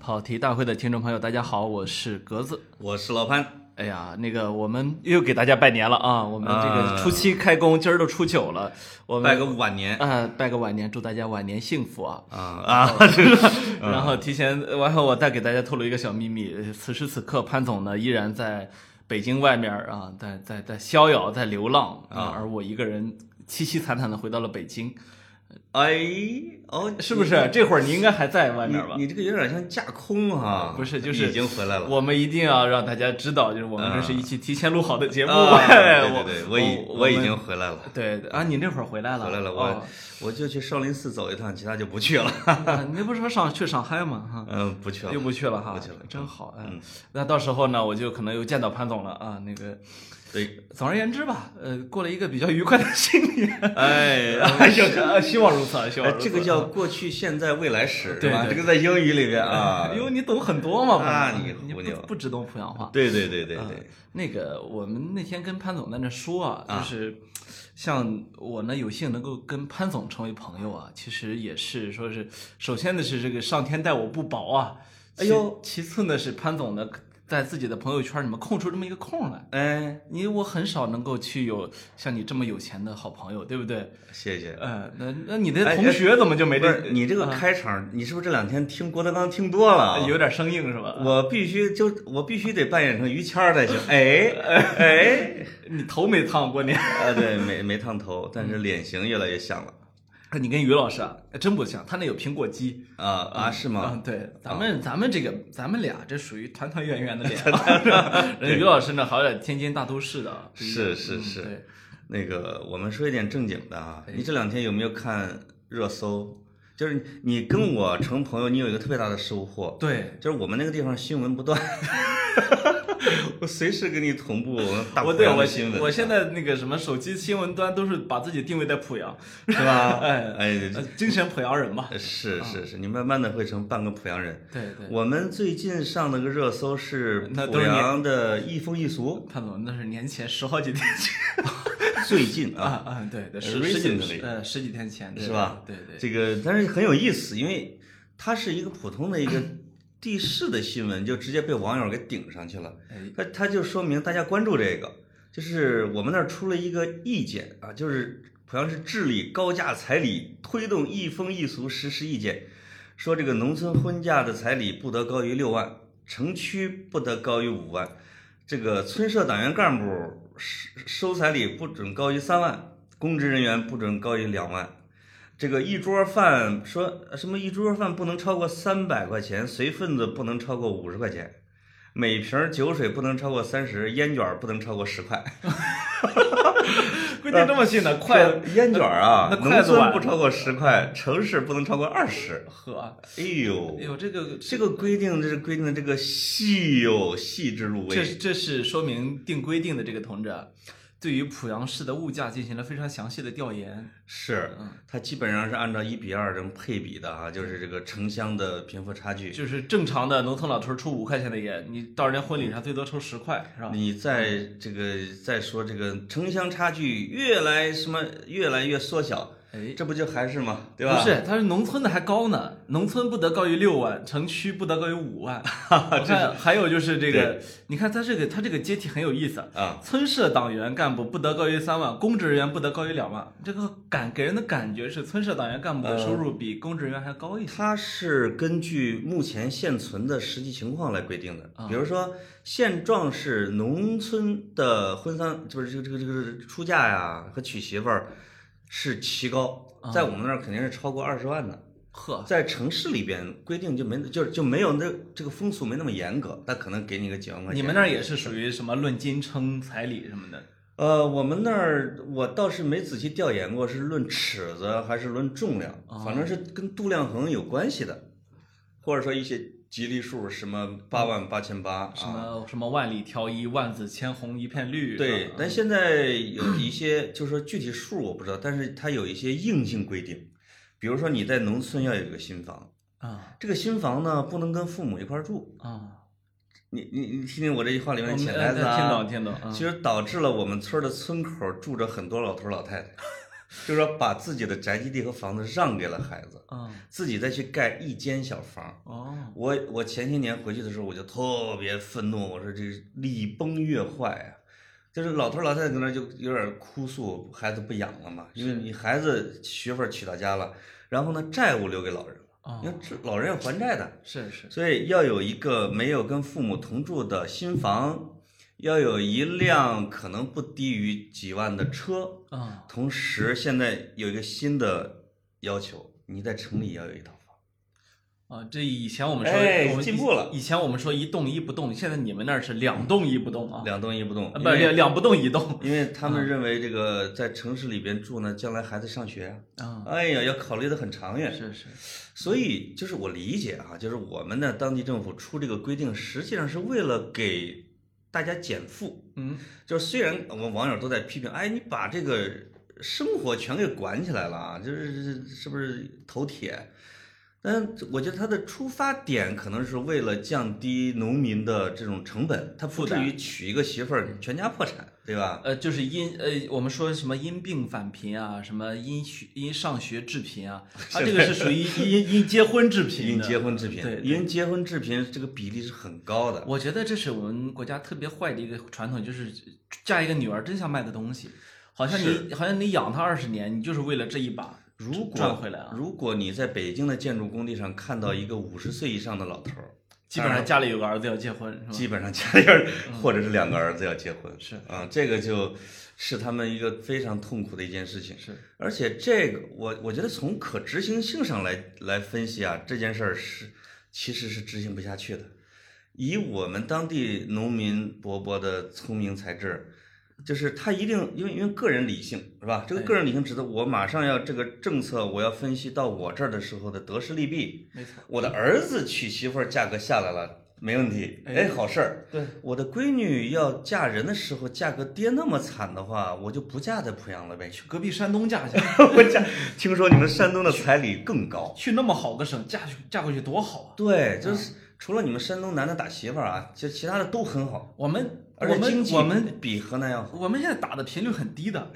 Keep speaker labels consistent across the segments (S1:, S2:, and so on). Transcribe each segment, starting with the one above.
S1: 跑题大会的听众朋友，大家好，我是格子。
S2: 我是老潘，
S1: 哎呀，那个我们又给大家拜年了啊！我们这个初七开工，今儿都初九了，我们
S2: 拜个晚年
S1: 啊、呃拜个晚年，祝大家晚年幸福啊！
S2: 啊啊！这是
S1: 然后提前，然后我再给大家透露一个小秘密，呃此时此刻潘总呢依然在北京外面儿啊，在在在逍遥，在流浪啊，而我一个人凄凄惨惨的回到了北京，
S2: 哎哦，
S1: 是不是？这会儿你应该还在外
S2: 你
S1: 面吧？
S2: 你这个有点像架空哈，
S1: 不是就是
S2: 已经回来了。
S1: 我们一定要让大家知道，就是我们这是一期提前录好的节目。
S2: 啊
S1: 哎
S2: 对对对，我已
S1: 我
S2: 我已
S1: 们
S2: 经回来了，
S1: 对啊，你那会儿回来了，
S2: 回来了，
S1: 哦
S2: 我我就去少林寺走一趟，其他就不去了。
S1: 啊你不是说上去上海吗？
S2: 嗯，不去
S1: 哈，
S2: 了
S1: 又。不去了哈，
S2: 不去了
S1: 真好。嗯，那到时候呢，我就可能又见到潘总了啊。那个，
S2: 对，
S1: 总而言之吧，呃，过了一个比较愉快的新 年。
S2: 哎，
S1: 哎呀，希望如此，啊，希望
S2: 哎
S1: 如此。
S2: 这个叫过去、现在、未来史是
S1: 对
S2: 吧？
S1: 对
S2: 这个在英语里边啊
S1: 啊，，因为你懂很多嘛，
S2: 啊
S1: 潘总
S2: 你
S1: 你
S2: 胡
S1: 不
S2: 牛
S1: 不只懂濮阳话。
S2: 对对对对
S1: 啊
S2: 对，
S1: 那个我们那天跟潘总在那说啊，就是像我呢有幸能够跟潘总成为朋友啊，其实也是说是首先呢是这个上天待我不薄啊，
S2: 哎
S1: 其
S2: 呦，
S1: 其次呢是潘总呢在自己的朋友圈里面空出这么一个空来。
S2: 哎，
S1: 你我很少能够去有像你这么有钱的好朋友，对不对？
S2: 谢谢。
S1: 呃，那那你的
S2: 哎
S1: 同学怎么就没
S2: 不
S1: 这？
S2: 是你这个开场，你是不是这两天听郭德纲听多了啊？
S1: 哎有点生硬是吧？
S2: 我必须就我必须得扮演成于谦儿才行。哎哎，
S1: 你头没烫过你？
S2: 啊对，没没烫头，但是脸型越来越像了
S1: 你跟于老师啊，真不像，他那有苹果肌。
S2: 啊啊是吗？
S1: 嗯，对，咱们咱们这个咱们俩这属于团团圆 圆的脸 啊，人于老师呢，好点天津大都市的啊，不一样
S2: 是是
S1: 嗯
S2: 是
S1: 对
S2: 那个我们说一点正经的啊，
S1: 哎
S2: 你这两天有没有看热搜？就是你跟我成朋友，你有一个特别大的收获，
S1: 对。
S2: 就是我们那个地方新闻不断， 我随时跟你同步我们大
S1: 我
S2: 濮
S1: 对
S2: 阳
S1: 我
S2: 的新闻，啊
S1: 我现在那个什么手机新闻端都是把自己定位在濮阳，
S2: 是吧？
S1: 哎
S2: 哎，
S1: 呃精神濮阳人嘛。
S2: 是是是，你慢慢的会成半个濮阳人。
S1: 对对，
S2: 我们最近上了个热搜是
S1: 那都
S2: 濮
S1: 是年
S2: 阳的一风一俗，
S1: 潘总那是年前十好几天前
S2: 最近
S1: 啊
S2: 啊，
S1: 啊，对对，十十几
S2: Recently
S1: 呃十几天前对
S2: 是吧
S1: 对对，
S2: 这个但是很有意思，因为它是一个普通的一个 地市的新闻，就直接被网友给顶上去了。
S1: 哎
S2: 它它就说明大家关注这个，就是我们那儿出了一个意见啊，就是濮阳市治理高价彩礼，推动一风一俗实施意见，说这个农村婚嫁的彩礼不得高于六万，城区不得高于五万，这个村社党员干部收收彩礼不准高于三万，公职人员不准高于两万。这个一桌饭说什么一桌饭不能超过三百块钱，随份子不能超过五十块钱，每瓶酒水不能超过三十，烟卷儿不能超过十块。
S1: 关键这么近呢，快
S2: 这烟卷儿啊，
S1: 那筷
S2: 农
S1: 子
S2: 村
S1: 碗
S2: 不超过十块，城市不能超过二十。
S1: 喝，
S2: 哎呦
S1: 啊哎，呦这个
S2: 这个规定这是规定的这个细哟、细致入
S1: 这
S2: 微。
S1: 是这是说明定规定的这个同志啊，对于濮阳市的物价进行了非常详细的调研。
S2: 是，
S1: 嗯
S2: 它基本上是按照一比二这种配比的啊，就是这个城乡的贫富差距。
S1: 就是正常的农村老头儿出五块钱的盐，你到人家婚礼上最多抽十块，是吧？
S2: 你在这个再说这个城乡差距越来什么越来越缩小，
S1: 哎，
S2: 这不就还是吗？对吧？
S1: 不是，他是农村的还高呢，农村不得高于六万，城区不得高于五万。 我看还有就是这个，你看他这个他这个阶梯很有意思
S2: 啊。
S1: 村社党员干部不得高于三万，公职人员不得高于两万。这个感给人的感觉是，村社党员干部的收入比公职人员还高一些。
S2: 它是根据目前现存的实际情况来规定的。
S1: 啊
S2: 比如说，现状是农村的婚丧，就是这个这个这个出嫁呀和娶媳妇儿是奇高，
S1: 啊
S2: 在我们那儿肯定是超过二十万的。
S1: 呵，
S2: 在城市里边规定就没就是就没有那这个风俗没那么严格，他可能给你个几万块钱。
S1: 你们那儿也是属于什么论斤称彩礼什么的？
S2: 呃，我们那儿我倒是没仔细调研过，是论尺子还是论重量，
S1: 哦
S2: 反正是跟度量衡有关系的，或者说一些吉利数，什么八万八千八
S1: 什
S2: 啊，
S1: 么什么万里挑一，万紫千红一片绿。
S2: 对
S1: 啊。
S2: 但现在有一些，就是说具体数我不知道，但是它有一些硬性规定，比如说你在农村要有一个新房，
S1: 啊
S2: 这个新房呢不能跟父母一块儿住，
S1: 啊，
S2: 你你你听听我这句话里
S1: 我
S2: 面
S1: 们
S2: 的潜
S1: 呃
S2: 台词啊，
S1: 听懂听懂。啊
S2: 其实导致了我们村儿的村口住着很多老头儿老太太，就是说把自己的宅基地和房子让给了孩子，
S1: 啊，
S2: 自己再去盖一间小房。
S1: 哦，
S2: 我我前些年回去的时候，我就特别愤怒，我说这礼崩乐坏啊！就是老头老太太搁那儿就有点哭诉，孩子不养了嘛，因为
S1: 是
S2: 你孩子媳妇儿娶到家了，然后呢债务留给老人了，因为
S1: 哦，
S2: 这老人要还债的，
S1: 是是，
S2: 所以要有一个没有跟父母同住的新房，要有一辆可能不低于几万的车。
S1: 啊，
S2: 同时，现在有一个新的要求，你在城里也要有一套房。
S1: 啊，这以前我们说，
S2: 哎
S1: 我们
S2: 进步了嗯
S1: 以前我们说一动一不动，现在你们那儿是两动一不动啊，
S2: 两栋一不动，
S1: 啊
S2: 因
S1: 不
S2: 为
S1: 两两不动一动
S2: 因为他们认为这个在城市里边住呢，将来孩子上学
S1: 啊，
S2: 啊，哎呀，要考虑的很长远。
S1: 是是，
S2: 所以就是我理解啊，就是我们呢当地政府出这个规定，实际上是为了给大家减负。
S1: 嗯，
S2: 就是虽然我们网友都在批评，哎，你把这个生活全给管起来了啊，就是是不是头铁？但我觉得它的出发点可能是为了降低农民的这种成本，他不
S1: 负
S2: 至
S1: 担
S2: 于娶一个媳妇儿全家破产，对吧？
S1: 呃，就是因呃，我们说什么因病返贫啊，什么因学因上学致贫啊，它这个是属 于因因结婚致贫的，
S2: 因结婚致贫
S1: 呃对，对
S2: 因结婚致贫这个比例是很高的。
S1: 我觉得这是我们国家特别坏的一个传统，就是嫁一个女儿真像卖的东西，好像你好像你养她二十年，你就是为了这一把
S2: 如
S1: 赚
S2: 果
S1: 回来啊，嗯
S2: 如果你在北京的建筑工地上看到一个五十岁以上的老头儿，
S1: 基本上家里有个儿子要结婚是吧？
S2: 基本上家里人或者是两个儿子要结婚，
S1: 嗯是
S2: 啊，这个就是他们一个非常痛苦的一件事情。
S1: 是，
S2: 而且这个我我觉得从可执行性上来来分析啊，这件事儿是其实是执行不下去的。以我们当地农民伯伯的聪明才智，就是他一定因为因为个人理性是吧？这个
S1: 对
S2: 个人理性指的我马上要这个政策，我要分析到我这儿的时候的得失利弊，
S1: 没错，
S2: 我的儿子娶媳妇儿价格下来了，没问题，
S1: 哎
S2: 哎，好事儿。
S1: 对，
S2: 我的闺女要嫁人的时候价格跌那么惨的话，我就不嫁在濮阳了呗。
S1: 去隔壁山东 嫁去，
S2: 我嫁，听说你们山东的彩礼更高。嗯
S1: 去那么好个省嫁去嫁过去多好啊！
S2: 对，就是除了你们山东男的打媳妇儿啊，其实其他的都很好，
S1: 我们
S2: 而
S1: 我
S2: 且经
S1: 们
S2: 济
S1: 我们
S2: 比河南要好，
S1: 我们现在打的频率很低的，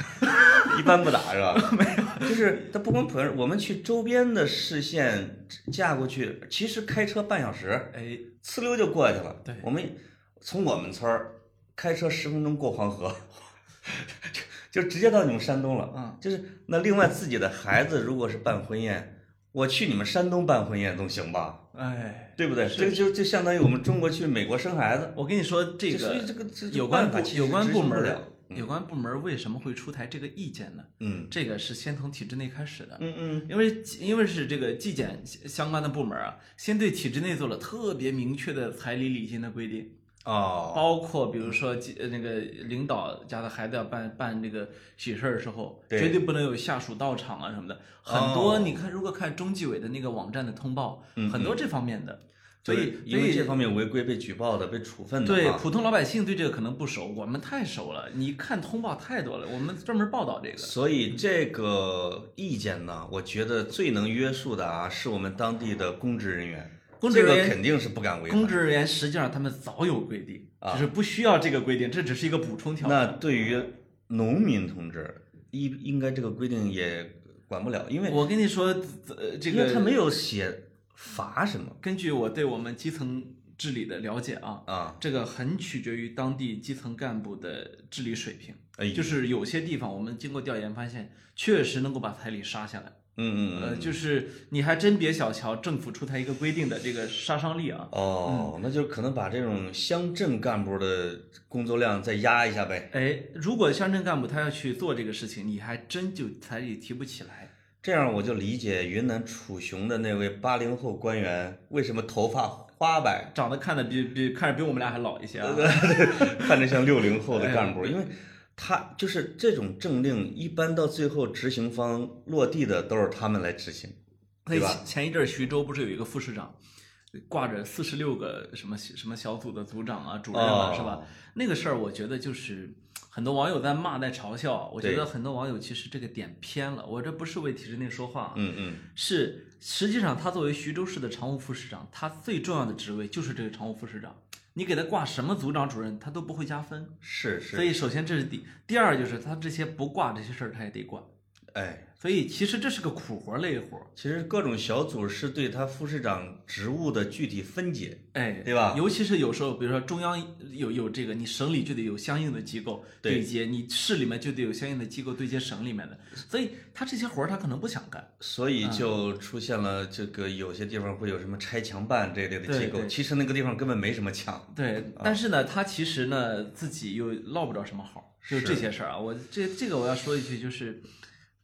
S2: 一般不打是吧？ 没有，就是他不光濮阳，我们去周边的市县嫁过去，其实开车半小时，
S1: 哎，
S2: 呲溜就过去了。
S1: 对
S2: 我们从我们村儿开车十分钟过黄河，就就直接到你们山东了。
S1: 嗯，
S2: 就是那另外自己的孩子如果是办婚宴，我去你们山东办婚宴总行吧？
S1: 哎，
S2: 对不对？
S1: 是
S2: 这个就就相当于我们中国去美国生孩子，
S1: 我跟你说这
S2: 所以
S1: 个
S2: 这个这
S1: 有关部有关部门
S2: 了
S1: 儿。有关部门为什么会出台这个意见呢？
S2: 嗯
S1: 这个是先从体制内开始的，
S2: 嗯嗯，
S1: 因为因为是这个纪检相关的部门啊，先对体制内做了特别明确的彩礼礼金的规定，
S2: 哦，
S1: 包括比如说纪呃那个领导家的孩子要办办这个喜事儿的时候，
S2: 对
S1: 绝对不能有下属到场啊什么的。很
S2: 哦
S1: 多你看，如果看中纪委的那个网站的通报，
S2: 嗯
S1: 很多这方面的，所
S2: 就是
S1: 以
S2: 因为这
S1: 所以。
S2: 方面违规被举报的、被处分的
S1: 对
S2: 啊
S1: 普通老百姓对这个可能不熟，我们太熟了。你看通报太多了，我们专门报道这个。
S2: 所以这个意见呢，我觉得最能约束的啊，是我们当地的公职人员。
S1: 公职人员
S2: 这个肯定是不敢违
S1: 公
S2: 反。
S1: 职人员实际上他们早有规定，
S2: 啊
S1: 只是不需要这个规定，这只是一个补充条
S2: 那
S1: 款。
S2: 对于农民同志，应应该这个规定也管不了，因为
S1: 我跟你说，呃，这
S2: 因为他
S1: 个
S2: 没有写罚什么
S1: 根据我对我们基层治理的了解啊，
S2: 啊。
S1: 这个很取决于当地基层干部的治理水平。
S2: 哎，
S1: 就是有些地方我们经过调研发现，确实能够把彩礼杀下来。
S2: 嗯嗯
S1: 呃，
S2: 嗯，
S1: 就是你还真别小瞧政府出台一个规定的这个杀伤力啊。
S2: 哦，那就可能把这种乡镇干部的工作量再压一下呗。
S1: 哎，如果乡镇干部他要去做这个事情，你还真就彩礼提不起来。
S2: 这样我就理解云南楚雄的那位八零后官员为什么头发花白，
S1: 长得看的比比看着比我们俩还老一些啊。
S2: 看着像六零后的干部，因为他就是这种政令，一般到最后执行方落地的都是他们来执行，
S1: 那
S2: 对吧
S1: 前前一阵儿徐州不是有一个副市长，挂着四十六个什么什么小组的组长啊、主任啊，
S2: 哦
S1: 是吧？那个事儿，我觉得就是很多网友在骂、在嘲笑啊。我觉
S2: 对
S1: 得很多网友其实这个点偏了。我这不是为体制内说话啊，
S2: 嗯嗯，
S1: 是实际上他作为徐州市的常务副市长，他最重要的职位就是这个常务副市长。你给他挂什么组长、主任，他都不会加分。
S2: 是是，
S1: 所以，首先这是第第二，就是他这些不挂这些事儿，他也得挂。
S2: 哎，
S1: 所以其实这是个苦活累活，
S2: 其实各种小组是对他副市长职务的具体分解。
S1: 哎，
S2: 对吧
S1: 尤其是有时候，比如说中央有有这个，你省里就得有相应的机构
S2: 对
S1: 对接，你市里面就得有相应的机构对接省里面的，所以他这些活儿他可能不想干。
S2: 所以就出现了这个有些地方会有什么拆墙办这一类的
S1: 对
S2: 机构，
S1: 对
S2: 其实那个地方根本没什么墙。
S1: 对，但是呢，他其实呢自己又落不着什么好，就是这些事儿啊。我这这个我要说一句，就是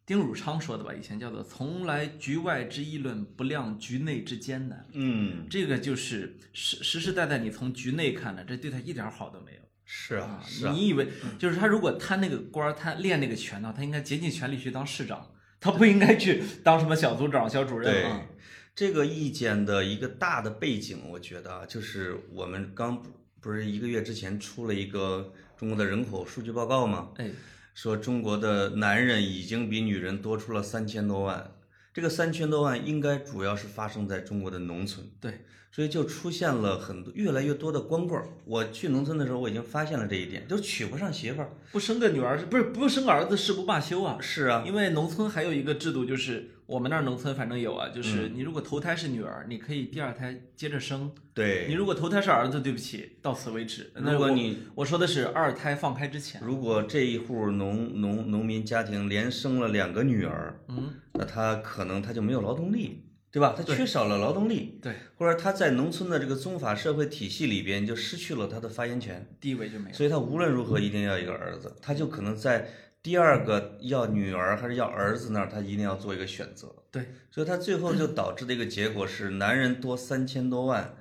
S1: 丁汝昌说的吧，以前叫做“从来局外之议论，不量局内之艰难”。
S2: 嗯，
S1: 这个就是实实实在在，你从局内看来，这对他一点儿好都没有。
S2: 是啊，是
S1: 你
S2: 啊，
S1: 你以为就是他如果贪那个官儿，他练那个拳呢，他应该竭尽全力去当市长，他不应该去当什么小组长、小主任
S2: 对
S1: 啊。
S2: 这个意见的一个大的背景，我觉得啊，就是我们刚不是一个月之前出了一个中国的人口数据报告吗？
S1: 哎，
S2: 说中国的男人已经比女人多出了三千多万，这个三千多万应该主要是发生在中国的农村，
S1: 对，
S2: 所以就出现了很多越来越多的光棍儿。我去农村的时候，我已经发现了这一点，就娶不上媳妇儿。
S1: 不生个女儿不是不生个儿子誓不罢休啊。
S2: 是啊，
S1: 因为农村还有一个制度，就是我们那儿农村反正有啊，就是
S2: 嗯
S1: 你如果头胎是女儿，你可以第二胎接着生；你
S2: 对，
S1: 如果头胎是儿子，对不起，到此为止。那
S2: 如果
S1: 我
S2: 你
S1: 我说的是二胎放开之前，
S2: 如果这一户农农农民家庭连生了两个女儿，
S1: 嗯，
S2: 那他可能他就没有劳动力，对吧？他
S1: 对
S2: 缺少了劳动力，
S1: 对，
S2: 或者他在农村的这个宗法社会体系里边就失去了他的发言权。
S1: 地位就没有。
S2: 所以他无论如何一定要一个儿子，他就可能在第二个要女儿还是要儿子那儿，他一定要做一个选择。
S1: 对，
S2: 所以他最后就导致的一个结果是，男人多三千多万，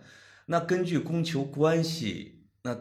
S2: 那根据供求关系，那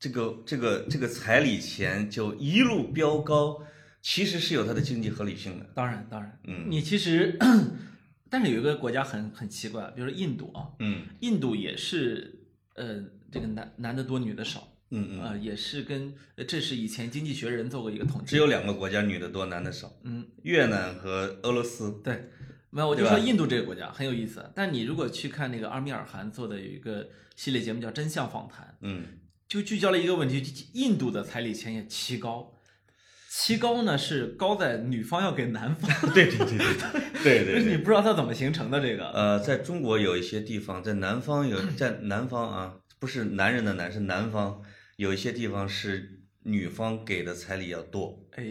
S2: 这个这个这个彩礼钱就一路飙高，其实是有它的经济合理性的。
S1: 当然当然，
S2: 嗯
S1: 你其实， 但是有一个国家很很奇怪，比如说印度啊，
S2: 嗯
S1: 印度也是呃这个男男的多女的少，
S2: 嗯嗯，
S1: 呃也是跟呃这是以前《经济学人》做过一个统计，
S2: 只有两个国家女的多，男的少，
S1: 嗯
S2: 越南和俄罗斯。
S1: 对，没有我就
S2: 对吧
S1: 说印度这个国家很有意思，啊但你如果去看那个阿米尔汗做的有一个系列节目叫《真相访谈》，
S2: 嗯，
S1: 就聚焦了一个问题，就印度的彩礼钱也奇高。奇高呢是高在女方要给男 方，
S2: 对对对对对对
S1: 就是你。
S2: 对
S1: 不知道它怎么形成的这个，
S2: 呃，在中国有一些地方，在南方有，在南方啊，不是男人的男，是南方，有一些地方是女方给的彩礼要多，
S1: 哎，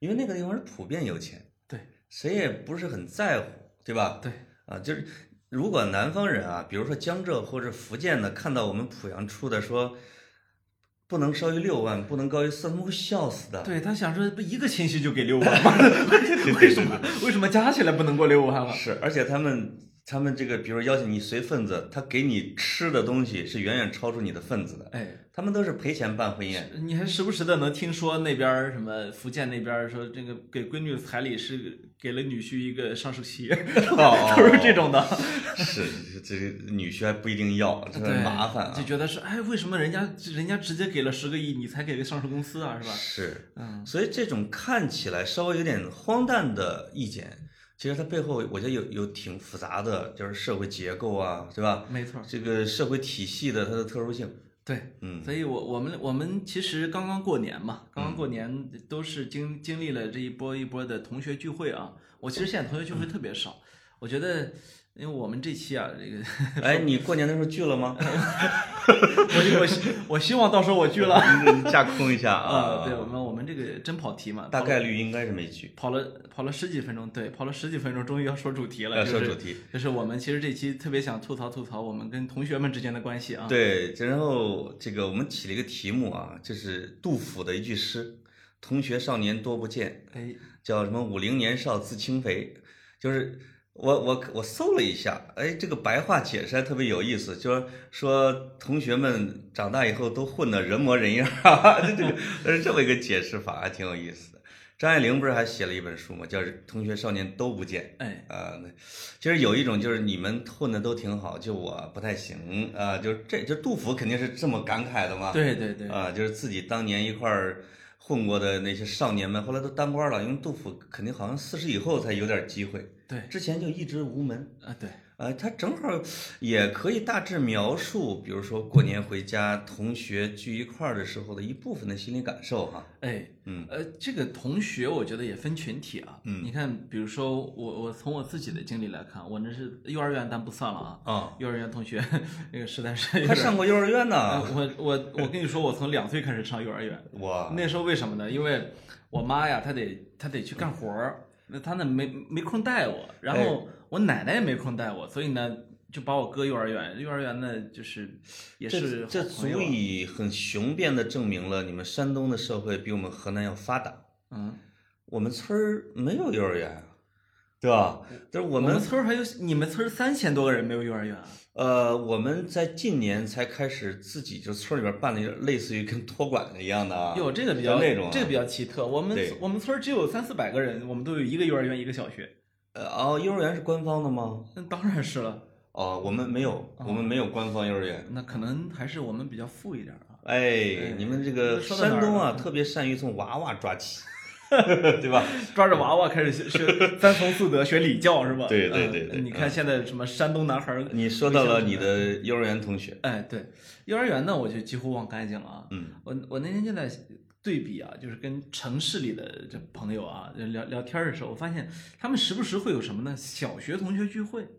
S2: 因为那个地方是普遍有钱，
S1: 对
S2: 谁也不是很在乎，对吧？
S1: 对，
S2: 啊，就是如果南方人啊，比如说江浙或者福建的，看到我们濮阳出的说不能少于六万，不能高于四，他们会笑死的。
S1: 对他想说，不一个亲戚就给六万吗？ 为什么为什么加起来不能过六万了？
S2: 是，而且他们他们这个，比如邀请你随份子，他给你吃的东西是远远超出你的份子的。
S1: 哎，
S2: 他们都是赔钱办 婚宴，
S1: 你还时不时的能听说那边儿什么福建那边儿说这个给闺女彩礼是给了女婿一个上树席，
S2: 哦
S1: 都是这种的，
S2: 是这个女婿还不一定要，这
S1: 对
S2: 很麻烦
S1: 就
S2: 啊。
S1: 觉得是哎，为什么人家人家直接给了十个亿，你才给个上市公司啊，是吧？
S2: 是，
S1: 嗯，
S2: 所以这种看起来稍微有点荒诞的意见，其实它背后我觉得有有挺复杂的，就是社会结构啊，对吧？
S1: 没错儿，
S2: 这个社会体系的它的特殊性，
S1: 对，
S2: 嗯
S1: 所以我我们我们其实刚刚过年嘛，刚
S2: 嗯
S1: 刚过年都是经经历了这一波一波的同学聚会啊。我其实现在同学聚会特别少，我觉得，因为我们这期啊，这个
S2: 哎，你过年的时候聚了吗？
S1: 我我希我希望到时候我聚了
S2: 你架空一下
S1: 啊。
S2: 啊，
S1: 对，我们我们这个真跑题嘛，
S2: 大概率应该是没聚，
S1: 跑了跑了十几分钟，对，跑了十几分钟，终于要说主题了，
S2: 要
S1: 就
S2: 说主
S1: 是
S2: 题。
S1: 就是我们其实这期特别想吐槽吐槽我们跟同学们之间的关系啊。
S2: 对，然后这个我们起了一个题目啊，就是杜甫的一句诗：“同学少年多不见，
S1: 哎，
S2: 叫什么五陵年少自轻肥。”就是我我我搜了一下，哎，这个白话解释还特别有意思，就是说同学们长大以后都混得人模人样儿， 这这个是这么一个解释法，还挺有意思的。张爱玲不是还写了一本书吗？叫《同学少年都不见》。
S1: 哎，
S2: 啊，那其实有一种就是你们混的都挺好，就我不太行啊，就是这就杜甫肯定是这么感慨的嘛，
S1: 对对对，
S2: 啊，就是自己当年一块儿混过的那些少年们，后来都当官了，因为杜甫肯定好像四十以后才有点机会，
S1: 对
S2: 之前就一直无门。
S1: 啊对，
S2: 呃，它正好也可以大致描述，比如说过年回家，同学聚一块儿的时候的一部分的心理感受哈、
S1: 哎，
S2: 嗯，
S1: 呃，这个同学我觉得也分群体啊。
S2: 嗯
S1: 你看，比如说我，我从我自己的经历来看，我那是幼儿园，咱不算了啊。
S2: 啊，
S1: 幼儿园同学， 那个实在是有
S2: 还
S1: 点
S2: 上啊过幼儿园
S1: 呃
S2: 呢，
S1: 我我我跟你说，我从两岁开始上幼儿园，
S2: 哇，
S1: 那时候为什么呢？因为我妈呀，她得她得去干活儿，那她呢没没空带我，然后
S2: 哎
S1: 我奶奶也没空带我，所以呢就把我搁幼儿园。幼儿园呢就是也是
S2: 这这
S1: 好朋友
S2: 足
S1: 啊
S2: 以很雄辩的证明了你们山东的社会比我们河南要发达。
S1: 嗯，
S2: 我们村儿没有幼儿园啊，对吧？但是我
S1: 我
S2: 们
S1: 们村儿还有你们村儿三千多个人没有幼儿园啊，
S2: 呃，我们在近年才开始自己就村里边办了一个类似于跟托管的一样的啊，
S1: 哟，这个比较
S2: 像那种啊
S1: 这个比较奇特。我们
S2: 对
S1: 我们村儿只有三四百个人，我们都有一个幼儿园一个小学，
S2: 呃哦，幼儿园是官方的吗？
S1: 那当然是了，
S2: 哦，我们没有，我们没有官方幼儿园。
S1: 那可能还是我们比较富一点儿啊。
S2: 哎，你们这个
S1: 说到哪
S2: 山
S1: 儿
S2: 东啊，
S1: 了
S2: 特别善于从娃娃抓 起，对吧？
S1: 抓着娃娃开始 学学三从四德，学礼教是吧？
S2: 对对
S1: 嗯
S2: 对对
S1: 你看现在什么山东男孩儿，
S2: 你说到了你的幼儿园同学，
S1: 哎，对，幼儿园呢，我就几乎忘干净了啊。
S2: 嗯，
S1: 我我那天就在对比啊，就是跟城市里的这朋友啊聊聊天儿的时候，我发现他们时不时会有什么呢？小学同学聚会。
S2: 哦嗯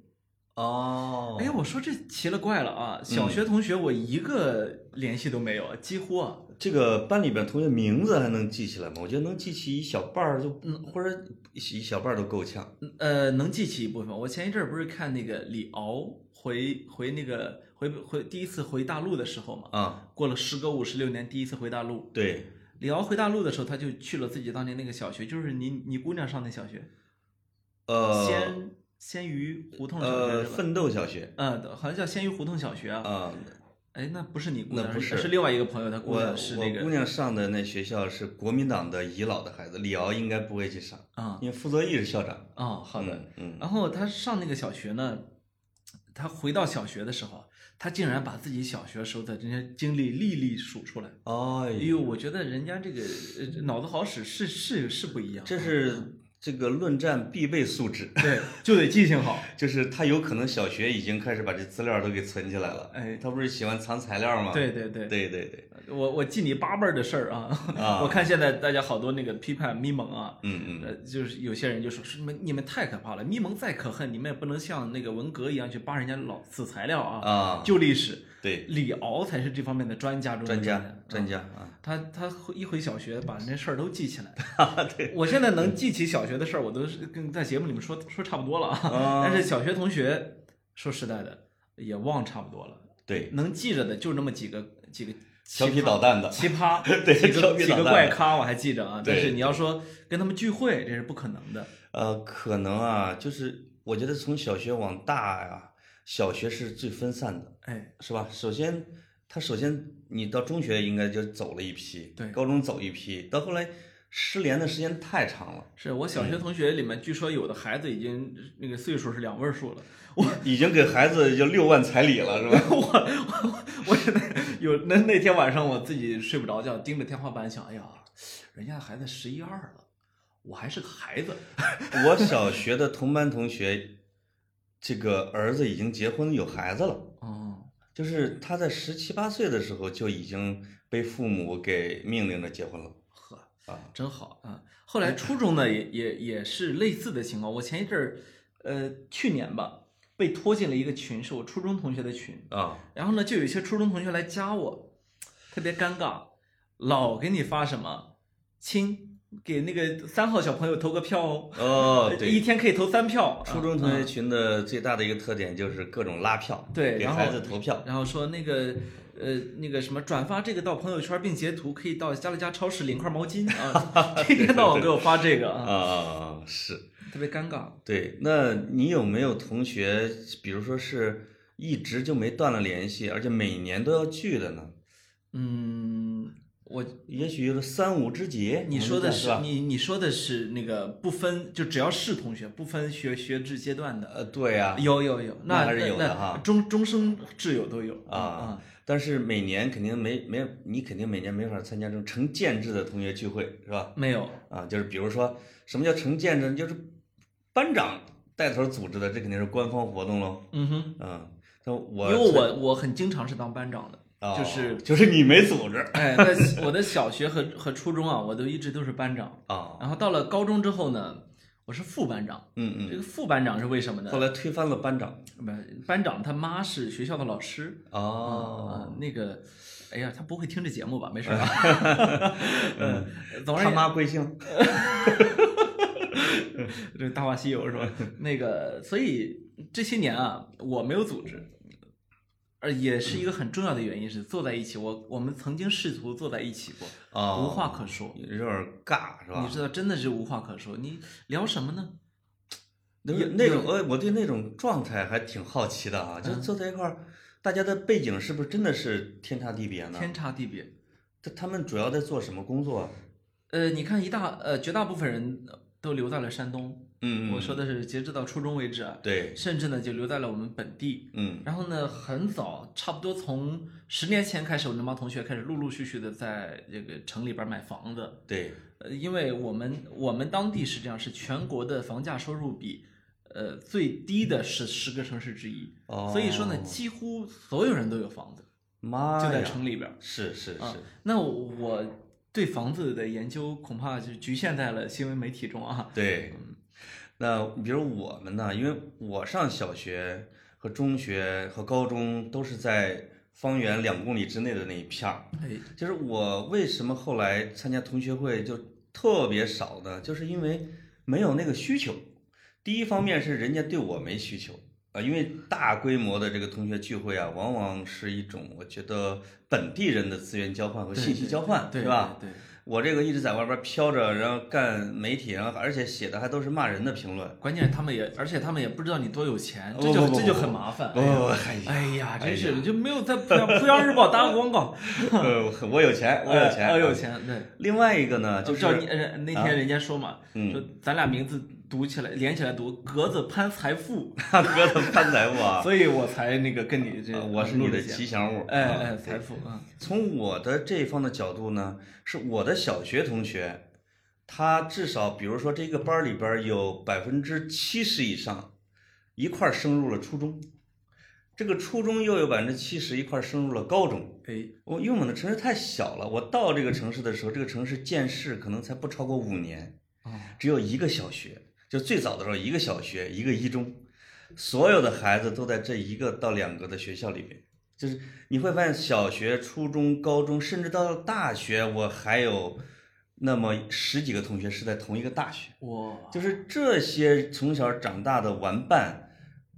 S1: 哎呀，我说这奇了怪了啊！小学同学我一个联系都没有，几乎啊。
S2: 这个班里边同学名字还能记起来吗？我觉得能记起一小半儿就，嗯或者一小半儿都够呛。
S1: 呃，能记起一部分。我前一阵儿不是看那个李敖回回那个回回第一次回大陆的时候嘛，
S2: 啊，
S1: 过了时隔五十六年，第一次回大陆。
S2: 对，
S1: 李敖回大陆的时候，他就去了自己当年那个小学，就是你你姑娘上的小学，
S2: 呃，
S1: 鲜鲜鱼胡同小学
S2: 呃，
S1: 是吧？
S2: 奋斗小学
S1: 呃，好像叫鲜鱼胡同小学啊。
S2: 啊，
S1: 哎，那不是你姑娘，
S2: 那不
S1: 是
S2: 是
S1: 另外一个朋友，他姑
S2: 我
S1: 娘是那
S2: 我姑
S1: 个
S2: 娘上的那学校是国民党的遗老的孩子，李敖应该不会去上，
S1: 啊
S2: 因为傅作义是校长。
S1: 哦，好的。
S2: 嗯，嗯，
S1: 然后他上那个小学呢，他回到小学的时候，他竟然把自己小学时候的这些经历历历数出来。
S2: 哦，
S1: 哎呦，我觉得人家这个呃脑子好使是是是不一样，啊
S2: 这是这个论战必备素质，
S1: 对，就得记性好。
S2: 就是他有可能小学已经开始把这资料都给存起来了。
S1: 哎
S2: 他不是喜欢藏材料吗？
S1: 对对对，
S2: 啊对对对，
S1: 我我记你八辈儿的事儿啊！
S2: 啊
S1: 我看现在大家好多那个批判咪蒙啊，
S2: 嗯嗯，
S1: 呃，就是有些人就说是你们你们太可怕了，咪蒙再可恨，你们也不能像那个文革一样去扒人家老死材料啊，
S2: 啊，
S1: 旧历史。
S2: 对，
S1: 李敖才是这方面的专家中的
S2: 专
S1: 家
S2: 家，专家啊，
S1: 他他回一回小学，把那事儿都记 起来。对，我现在能记起小学的事儿，我都是跟在节目里面说说差不多了啊
S2: 啊。
S1: 但是小学同学，说实在的，也忘差不多了。
S2: 对，
S1: 能记着的就那么几个几个
S2: 调
S1: 奇
S2: 皮
S1: 葩
S2: 捣蛋的，
S1: 奇葩，
S2: 对
S1: 几
S2: 调
S1: 个
S2: 皮
S1: 几
S2: 捣
S1: 个
S2: 蛋
S1: 怪咖我还记着啊。但
S2: 对
S1: 是你要说跟他们聚会，这是不可能的。
S2: 呃，可能啊，就是我觉得从小学往大呀、小学是最分散的，
S1: 哎，
S2: 是吧？首先，他首先你到中学应该就走了一批，
S1: 对
S2: 高中走一批，到后来失联的时间太长了，
S1: 是我小学同学里面，据说有的孩子已经那个岁数是两位数了。
S2: 已经给孩子就六万彩礼了，是吧？
S1: 我我我真的有那那天晚上我自己睡不着觉，盯着天花板想，哎呀，人家孩子十一二了，我还是个孩 子。
S2: 我小学的同班同学，这个儿子已经结婚有孩子了。
S1: 哦，
S2: 就是他在十七八岁的时候就已经被父母给命令着结婚了
S1: 呵，
S2: 啊，
S1: 真好啊！后
S2: 哎
S1: 来初中呢，也也也是类似的情况。我前一阵儿，呃，去年吧，被拖进了一个群，是我初中同学的群。
S2: 啊，
S1: 然后呢，就有一些初中同学来加我，特别尴尬，老给你发什么，亲，给那个三号小朋友投个票哦。
S2: 哦，对，
S1: 一天可以投三票，
S2: 初中同
S1: 啊
S2: 学群的最大的一个特点就是各种拉票，
S1: 对
S2: 给
S1: 然后
S2: 孩子投票，
S1: 嗯然后说那个呃那个什么转发这个到朋友圈并截图，可以到家乐家超市领块毛巾啊， 天天到晚给我发这个啊，
S2: 啊，是
S1: 特别尴尬。
S2: 对。那你有没有同学，比如说是一直就没断了联系，而且每年都要聚的呢？
S1: 嗯，我
S2: 也许有三五知己，
S1: 你说的
S2: 是
S1: 是
S2: 吧？
S1: 你你说的是那个不分，就只要是同学，不分学学制阶段的，啊
S2: 呃，对呀、
S1: 有有有，
S2: 那还是
S1: 那
S2: 有的哈
S1: 那终终生挚友都有
S2: 啊。但是每年肯定没没，你肯定每年没法参加这种成建制的同学聚会，是吧？
S1: 嗯没有
S2: 啊，就是比如说什么叫成建制，就是班长带头组织的，这肯定是官方活动喽。
S1: 嗯哼，
S2: 嗯，那
S1: 因
S2: 我
S1: 为我我很经常是当班长的，
S2: 哦
S1: 就是
S2: 就是你没组织
S1: 哎，在我的小学和和初中啊，我都一直都是班长。
S2: 啊，
S1: 然后到了高中之后呢，我是副班长。
S2: 嗯
S1: 这个副班长是为什么
S2: 嗯，
S1: 呢
S2: 后？来推翻了班长
S1: 不，班长他妈是学校的老师。
S2: 哦，
S1: 啊，那个，哎呀，他不会听这节目吧？没 事儿啊。嗯，总而
S2: 他
S1: 言
S2: 妈贵姓？
S1: 这《大话西游》 是吧？那个，所以这些年啊，我没有组织，而也是一个很重要的原因是坐在一起，我我们曾经试图坐在一起过，
S2: 啊，
S1: 无话可说。
S2: 有点尬是吧？
S1: 你知道，真的是无话可说。你聊什么呢？
S2: 那
S1: 有
S2: 那种呃，我对那种状态还挺好奇的啊，就
S1: 嗯
S2: 坐在一块儿，大家的背景是不是真的是天差地别呢？
S1: 天差地别。
S2: 他他们主要在做什么工作啊？
S1: 呃，你看一大呃，绝大部分人都留在了山东。
S2: 嗯
S1: 我说
S2: 的
S1: 的是截止到初中为止啊，
S2: 对，
S1: 甚至呢就留在了我们本地。
S2: 嗯
S1: 然后呢，很早，差不多从十年前开始，我那帮同学开始陆陆续续的在这个城里边买房子。
S2: 对，
S1: 呃，因为我们我们当地是这样，是全国的房价收入比，呃，最低的是十个城市之一，
S2: 哦，
S1: 所以说呢，几乎所有人都有房子，
S2: 妈
S1: 就在
S2: 呀
S1: 城里边儿。
S2: 是是
S1: 啊
S2: 是，
S1: 那我对房子的研究恐怕就局限在了新闻媒体中啊。
S2: 对。那比如我们呢，因为我上小学和中学和高中都是在方圆两公里之内的那一片儿，
S1: 哎，
S2: 就是我为什么后来参加同学会就特别少呢？就是因为没有那个需求。第一方面是人家对我没需求啊，因为大规模的这个同学聚会啊，往往是一种我觉得本地人的资源交换和
S1: 对
S2: 信息
S1: 对
S2: 交换，
S1: 对
S2: 是吧？？
S1: 对，对
S2: 我这个一直在外边飘着，然后干媒体，然后而且写的还都是骂人的评论。
S1: 关键是他们也，而且他们也不知道你多有钱，这
S2: 哦不
S1: 就
S2: 不不
S1: 这就
S2: 不
S1: 很麻烦。
S2: 不不不，哎呀，
S1: 哎呀，
S2: 哎
S1: 真
S2: 呀
S1: 是就没有在濮阳濮阳日报打过广 告，
S2: 呃我有钱，我有钱，
S1: 我有。钱，对。
S2: 另外一个呢，就
S1: 照你
S2: 是
S1: 呃那
S2: 啊
S1: 天人家说嘛，
S2: 嗯
S1: 说咱俩名字读起来连起来读，格子潘财富，
S2: 大哥的潘财 富啊，
S1: 所以我才那个跟你这
S2: 啊我是你的
S1: 录了节
S2: 吉祥物
S1: 目，。哎
S2: 啊
S1: 哎，财富啊，
S2: 从我的这一方的角度呢，是我的小学同学，他至少比如说这个班里边有百分之七十以上一块儿升入了初中，这个初中又有百分之七十一块儿升入了高中。
S1: 哎，
S2: 我因为我们的城市太小了，我到这个城市的时候，这个城市建市可能才不超过五年，
S1: 哦，
S2: 只有一个小学，就最早的时候一个小学，一个一中，所有的孩子都在这一个到两个的学校里面。就是你会发现，小学、初中、高中，甚至到了大学，我还有那么十几个同学是在同一个大学。
S1: 我
S2: 就是这些从小长大的玩伴，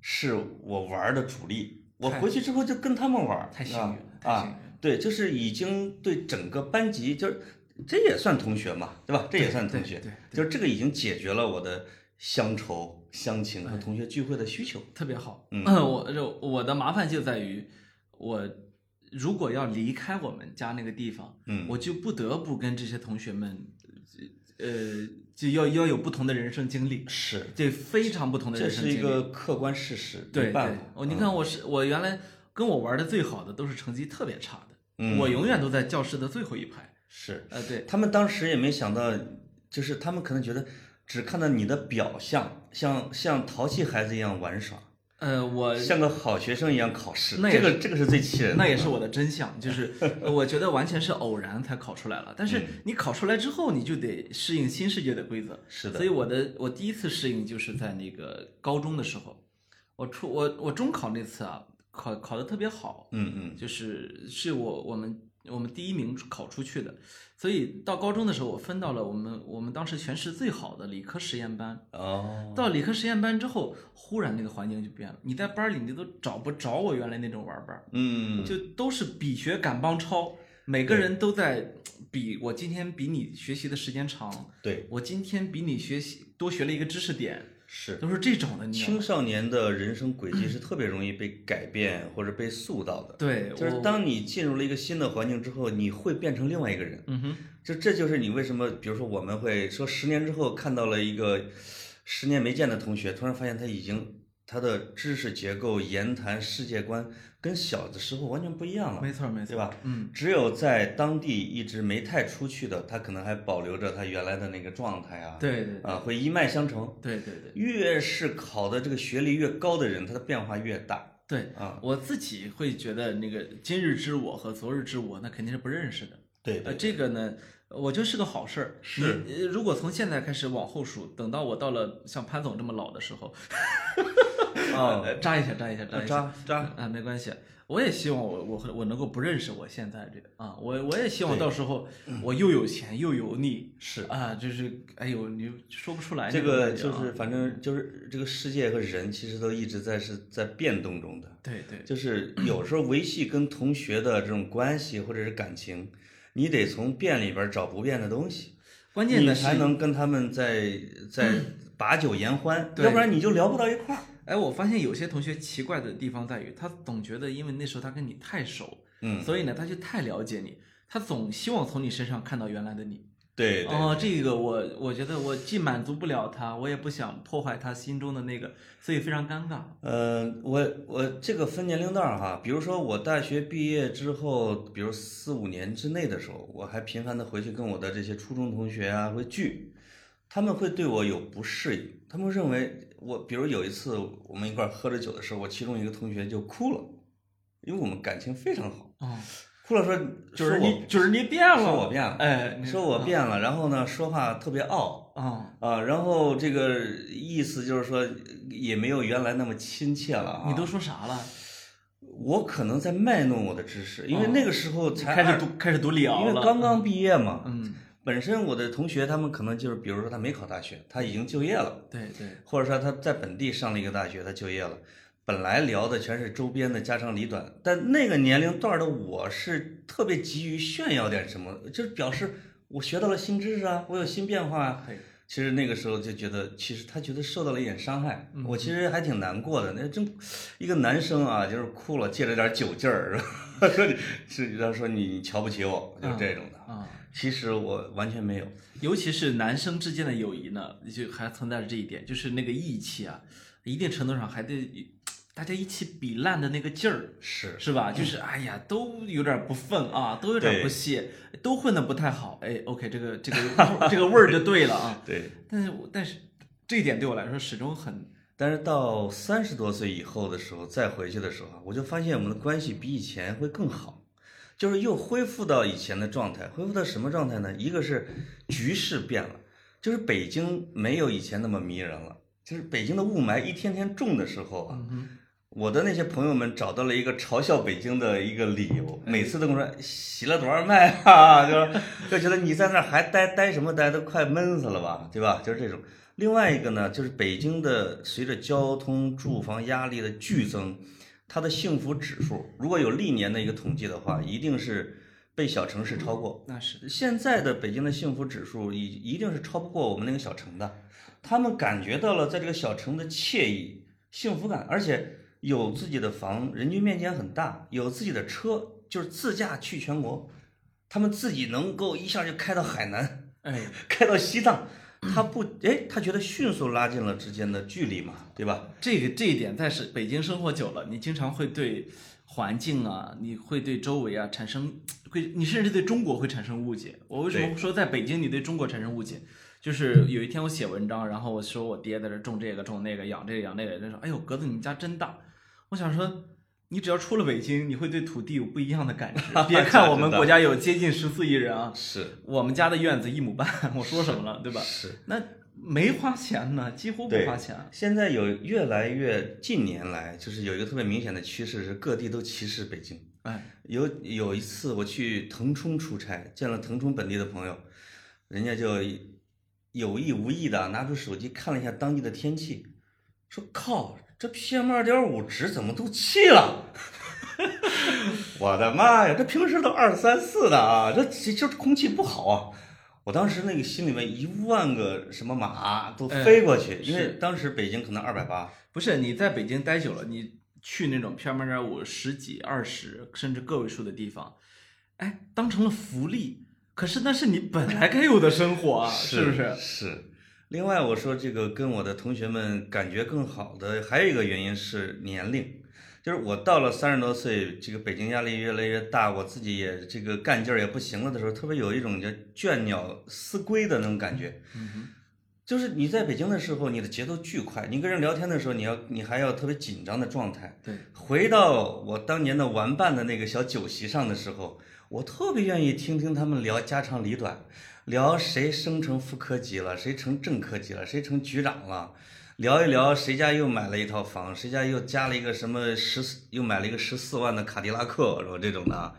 S2: 是我玩的主力。我
S1: 太
S2: 回去之后就跟他们玩儿，
S1: 太幸运了
S2: 啊！
S1: 太幸运
S2: 啊
S1: 了
S2: 对，就是已经对整个班级，就是这也算同学嘛，对吧？这也算同学，
S1: 对对
S2: 就是这个已经解决了我的乡愁、乡情和同学聚会的需求。
S1: 特别好。
S2: 嗯
S1: 我这我的麻烦就在于，我如果要离开我们家那个地方，
S2: 嗯，
S1: 我就不得不跟这些同学们，呃，就要要有不同的人生经历，
S2: 是，
S1: 这非常不同的
S2: 这
S1: 人生
S2: 是
S1: 经
S2: 一
S1: 历。
S2: 个客观事实，没
S1: 对
S2: 办
S1: 对
S2: 法，
S1: 哦，你看我是我原来跟我玩的最好的都是成绩特别差的，
S2: 嗯
S1: 我永远都在教室的最后一排。
S2: 是
S1: 呃，对，
S2: 他们当时也没想到，就是他们可能觉得只看到你的表象，像像淘气孩子一样玩耍，
S1: 呃，我
S2: 像个好学生一样考试，
S1: 那也
S2: 这个这个是最气人的，啊
S1: 那也是我的真相，就是呃我觉得完全是偶然才考出来了。但是
S2: 嗯
S1: 你考出来之后，你就得适应新世界的规则。
S2: 是的
S1: 所以我的我第一次适应就是在那个高中的时候，我初我我中考那次啊，考考得特别好，
S2: 嗯嗯
S1: 就是是我我们我们第一名考出去的，所以到高中的时候，我分到了我们我们当时全市最好的理科实验班。
S2: 哦，
S1: 到理科实验班之后，忽然那个环境就变了，你在班里你都找不着我原来那种玩伴儿，
S2: 嗯
S1: 就都是比学赶帮超，每个人都在比我今天比你学习的时间长，
S2: 对
S1: 我今天比你学习多学了一个知识点，
S2: 是。
S1: 都是这种的，你知道
S2: 青
S1: 吗？
S2: 少年的人生轨迹是特别容易被改变或者被塑造的，
S1: 对，
S2: 就是
S1: 我
S2: 当你进入了一个新的环境之后，你会变成另外一个人。
S1: 嗯哼，
S2: 就这就是你为什么，比如说我们会说十年之后看到了一个十年没见的同学，突然发现他已经他的知识结构、言谈、世界观跟小的时候完全不一样了。
S1: 没错没错，
S2: 对吧？
S1: 嗯，
S2: 只有在当地一直没太出去的，他可能还保留着他原来的那个状态啊，
S1: 对对
S2: 啊，会一脉相承。
S1: 对对对
S2: 越是考的这个学历越高的人，他的变化越大
S1: 对，
S2: 啊。
S1: 我自己会觉得那个今日之我和昨日之我，那肯定是不认识的。
S2: 对
S1: 呃，这个呢，我觉得是个好事儿。
S2: 是
S1: 你，呃如果从现在开始往后数，等到我到了像潘总这么老的时 候，
S2: 啊，
S1: 呃扎一下，扎一下，扎一下，
S2: 扎呃扎，
S1: 啊，没关系。我也希望我我和我能够不认识我现在这个啊，我我也希望
S2: 对嗯
S1: 到时候我又有钱又油腻
S2: 是
S1: 啊，就是哎呦，你说不出来
S2: 这
S1: 那种
S2: 个
S1: 感觉
S2: 就
S1: 啊
S2: 是反正就是这个世界和人其实都一直在是在变动中的，
S1: 对对
S2: 就是有时候维系跟同学的这种关系或者是感情，你得从变里边找不变的东西。
S1: 关键
S2: 你
S1: 的是
S2: 才，能跟他们在在 把酒言欢，
S1: 对
S2: 要不然你就聊不到一块儿。
S1: 哎，我发现有些同学奇怪的地方在于，他总觉得因为那时候他跟你太熟，
S2: 嗯，
S1: 所以呢，他就太了解你，他总希望从你身上看到原来的你。
S2: 对对，
S1: 哦，这个我我觉得我既满足不了他，我也不想破坏他心中的那个，所以非常尴尬。
S2: 呃，我我这个分年龄段儿哈，比如说我大学毕业之后，比如四五年之内的时候，我还频繁的回去跟我的这些初中同学啊会聚，他们会对我有不适应，他们认为我，比如有一次我们一块儿喝着酒的时候，我其中一个同学就哭了，因为我们感情非常好，
S1: 哦，
S2: 哭了说
S1: 就是
S2: 说我
S1: 你，就是你变了，
S2: 说我变了
S1: 哎，你
S2: 说我变了，然后呢，说话特别傲
S1: 哦，
S2: 啊，然后这个意思就是说也没有原来那么亲切了啊。
S1: 你都说啥了？
S2: 我可能在卖弄我的知识，因为那个时候才
S1: 哦开始
S2: 二
S1: 读开始读李敖
S2: 因为
S1: 了，
S2: 刚刚毕业嘛。
S1: 嗯，
S2: 本身我的同学他们可能就是，比如说他没考大学，他已经就业了，
S1: 对对，
S2: 或者说他在本地上了一个大学，他就业了。本来聊的全是周边的家长里短，但那个年龄段的我是特别急于炫耀点什么，就是表示我学到了新知识啊，我有新变化啊。
S1: 嘿
S2: 其实那个时候就觉得，其实他觉得受到了一点伤害，我其实还挺难过的。那真一个男生啊，就是哭了，借着点酒劲儿， 说你是他说你你瞧不起我，就是这种的。
S1: 啊。
S2: 其实我完全没有，
S1: 尤其是男生之间的友谊呢，就还存在着这一点，就是那个义气啊，一定程度上还得大家一起比烂的那个劲儿，
S2: 是
S1: 是吧？就是哎呀，都有点不忿啊，都有点不屑，都混得不太好。哎，OK，这个这个这个味儿就对了啊。
S2: 对。
S1: 但是我但是这一点对我来说始终很
S2: 但是到三十多岁以后的时候，再回去的时候啊，我就发现我们的关系比以前会更好，就是又恢复到以前的状态。恢复到什么状态呢？一个是局势变了，就是北京没有以前那么迷人了。就是北京的雾霾一天天重的时候
S1: 嗯
S2: 啊，我的那些朋友们找到了一个嘲笑北京的一个理由，每次都跟我说洗了多少麦啊， 就是就觉得你在那儿还待待什么待，都快闷死了吧，对吧？就是这种。另外一个呢，就是北京的随着交通、住房压力的剧增，它的幸福指数，如果有历年的一个统计的话，一定是被小城市超过。
S1: 那是
S2: 现在的北京的幸福指数一一定是超不过我们那个小城的，他们感觉到了在这个小城的惬意、幸福感，而且有自己的房，人均面积也很大，有自己的车，就是自驾去全国，他们自己能够一下就开到海南，
S1: 哎，
S2: 开到西藏，他不，哎，他觉得迅速拉近了之间的距离嘛，对吧？
S1: 这个这一点在是北京生活久了，你经常会对环境啊，你会对周围啊产生会，你甚至对中国会产生误解。我为什么说在北京你对中国产生误解？就是有一天我写文章，然后我说我爹在这种这个种那个养这个养那个，他说：“哎呦，格子你家真大。”我想说，你只要出了北京，你会对土地有不一样的感 知。别看我们国家有接近十四亿人啊，
S2: 是，
S1: 我们家的院子一亩半， 我说什么了，对吧？
S2: 是。
S1: 那没花钱呢，几乎不
S2: 对
S1: 花钱。啊
S2: 现在有越来越近年来，就是有一个特别明显的趋势是各地都歧视北京。
S1: 哎，
S2: 有有一次我去腾冲出差，见了腾冲本地的朋友，人家就有意无意的拿出手机看了一下当地的天气，说靠，这 PM 二点五值怎么都七了？ 我的妈呀，这平时都二三四的啊，这这这空气不好啊！我当时那个心里面一万个什么马都飞过去，
S1: 哎
S2: 因为
S1: 是
S2: 当时北京可能二百八，
S1: 不是你在北京待久了，你去那种 PM 二点五十几、二十甚至个位数的地方，哎，啊当成了福利。可是那是你本来该有的生活啊，是不是？
S2: 是？另外，我说这个跟我的同学们感觉更好的还有一个原因是年龄，就是我到了三十多岁，这个北京压力越来越大，我自己也这个干劲儿也不行了的时候，特别有一种叫倦鸟思归的那种感觉。就是你在北京的时候，你的节奏巨快，你跟人聊天的时候，你要你还要特别紧张的状态。
S1: 对，
S2: 回到我当年的玩伴的那个小酒席上的时候，我特别愿意听听他们聊家长里短，聊谁升成副科级了，谁成正科级了，谁成局长了，聊一聊谁家又买了一套房，谁家又加了一个什么十四，又买了一个十四万的卡迪拉克，是吧？这种的啊，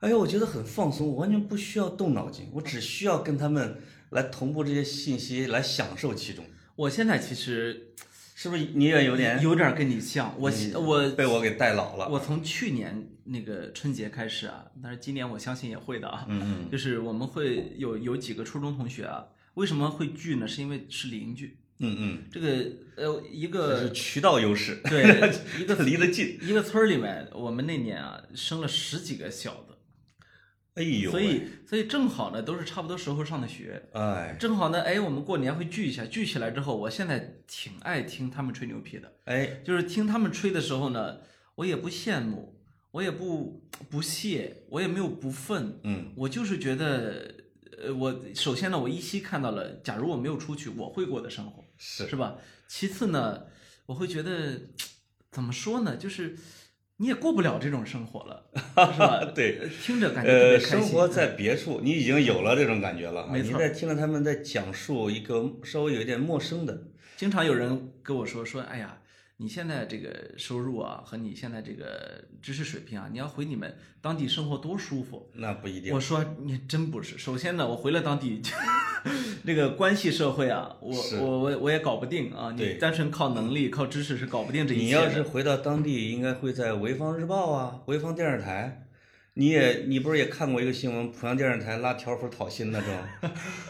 S2: 哎呦，我觉得很放松，我完全不需要动脑筋，我只需要跟他们来同步这些信息，来享受其中，
S1: 我现在其实
S2: 是不是？你也有点
S1: 有点跟你像，我
S2: 你
S1: 我
S2: 被我给带老了，
S1: 我从去年那个春节开始啊，但是今年我相信也会的啊，
S2: 嗯嗯
S1: 就是我们会有有几个初中同学啊，为什么会聚呢？是因为是邻居，
S2: 嗯嗯，
S1: 这个呃一
S2: 这
S1: 个
S2: 是渠道优势，
S1: 对一个
S2: 离得近，
S1: 一个村儿里面，我们那年啊生了十几个小的，
S2: 哎呦，
S1: 所以所以正好呢都是差不多时候上的学，
S2: 哎
S1: 正好呢哎我们过年会聚一下，聚起来之后，我现在挺爱听他们吹牛皮的。
S2: 哎，
S1: 就是听他们吹的时候呢，我也不羡慕，我也不不屑，我也没有不忿，
S2: 嗯
S1: 我就是觉得，呃，我首先呢，我依稀看到了，假如我没有出去，我会过的生活，
S2: 是？
S1: 是吧？其次呢，我会觉得，怎么说呢，就是你也过不了这种生活了，是吧
S2: 对
S1: 呃，听着感觉特别
S2: 呃，
S1: 开心。啊嗯
S2: 生活在别处，你已经有了这种感觉了啊！
S1: 没
S2: 你
S1: 错
S2: 在听着他们在讲述一个稍微有一点陌生的，
S1: 经常有人跟我说说，哎呀，你现在这个收入啊，和你现在这个知识水平啊，你要回你们当地生活多舒服。
S2: 那不一定
S1: 我。说你真不是。首先呢，我回了当 地，那个关系社会啊，我
S2: 是
S1: 我我我也搞不定啊。
S2: 对
S1: 你单纯靠能力、靠知识是搞不定这一
S2: 你
S1: 切的。
S2: 要是回到当地，应该会在潍坊日报啊、潍坊电视台。你也，你不是也看过一个新闻，濮阳电视台拉条幅讨薪那种，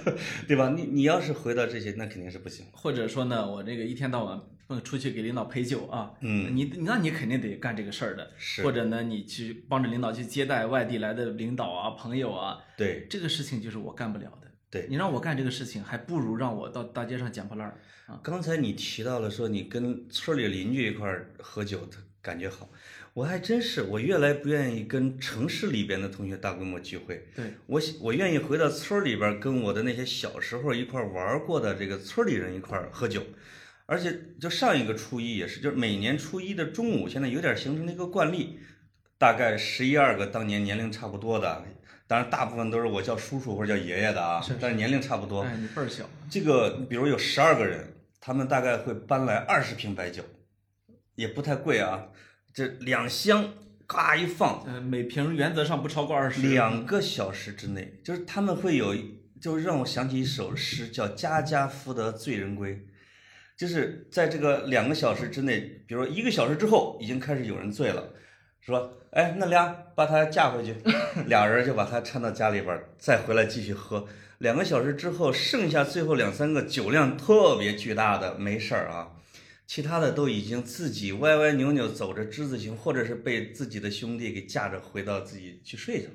S2: 对吧？你你要是回到这些，那肯定是不行。
S1: 或者说呢，我这个一天到晚不能出去给领导陪酒啊，
S2: 嗯，
S1: 你那你肯定得干这个事儿的。
S2: 是
S1: 或者呢，你去帮着领导去接待外地来的领导啊、朋友啊，
S2: 对
S1: 这个事情就是我干不了的。
S2: 对
S1: 你让我干这个事情，还不如让我到大街上捡破烂儿。
S2: 刚才你提到了说你跟村里邻居一块儿喝酒，他感觉好。我还真是，我越来不愿意跟城市里边的同学大规模聚会。
S1: 对，
S2: 我喜我愿意回到村儿里边，跟我的那些小时候一块儿玩儿过的这个村儿里人一块儿喝酒，而且就上一个初一也是，就是每年初一的中午，现在有点形成了一个惯例，大概十一二个当年年龄差不多的，当然大部分都是我叫叔叔或者叫爷爷的啊，
S1: 是是
S2: 但是年龄差不多。
S1: 哎，你倍儿小，
S2: 这个比如有十二个人，他们大概会搬来二十瓶白酒，也不太贵啊，这两箱嘎一放，
S1: 呃，每瓶原则上不超过二十。
S2: 两个小时之内，就是他们会有，就是让我想起一首诗，叫《家家福德醉人归》，就是在这个两个小时之内，比如说一个小时之后，已经开始有人醉了，说，哎，那俩把他架回去， 俩人就把他搀到家里边儿，再回来继续喝。两个小时之后，剩下最后两三个酒量特别巨大的，没事儿啊。其他的都已经自己歪歪扭扭走着之字形，或者是被自己的兄弟给架着回到自己去睡去了，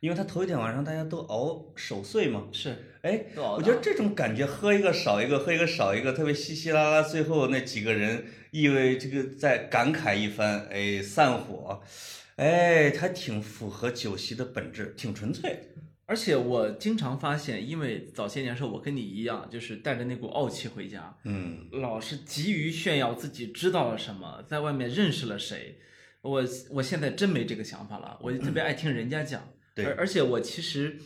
S2: 因为他头一天晚上大家都熬守岁嘛。
S1: 是，
S2: 哎，
S1: 多好
S2: 我觉得这种感觉，喝一个少一个，喝一个少一个，特别稀稀拉拉，最后那几个人意味这个再感慨一番，哎，散伙，哎，还挺符合酒席的本质，挺纯粹。
S1: 而且我经常发现，因为早些年时候我跟你一样，就是带着那股傲气回家，
S2: 嗯，
S1: 老是急于炫耀自己知道了什么，在外面认识了谁。我我现在真没这个想法了，我特别爱听人家讲。
S2: 嗯对
S1: 而而且我其实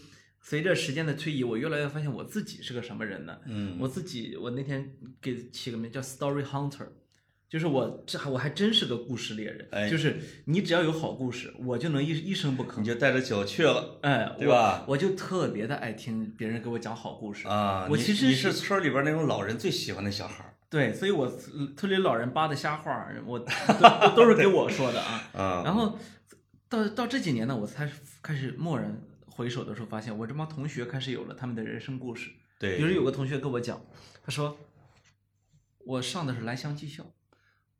S1: 随着时间的推移，我越来越发现我自己是个什么人呢？
S2: 嗯，
S1: 我自己我那天给起个名叫 Story Hunter。就是我这还我还真是个故事猎人，
S2: 哎
S1: 就是你只要有好故事，我就能一一声不吭
S2: 你。就带着酒去了
S1: 哎，
S2: 对吧
S1: 我？我就特别的爱听别人给我讲好故事
S2: 啊！
S1: 我
S2: 你
S1: 其实
S2: 你是村儿里边那种老人最喜欢的小孩儿
S1: 对，所以我村村里老人扒的瞎话儿，我都都都是给我说的啊。
S2: 啊。
S1: 然后到到这几年呢，我才开始蓦然回首的时候，发现我这帮同学开始有了他们的人生故事。
S2: 对，哎
S1: 比如有个同学跟我讲，他说我上的是莱乡技校。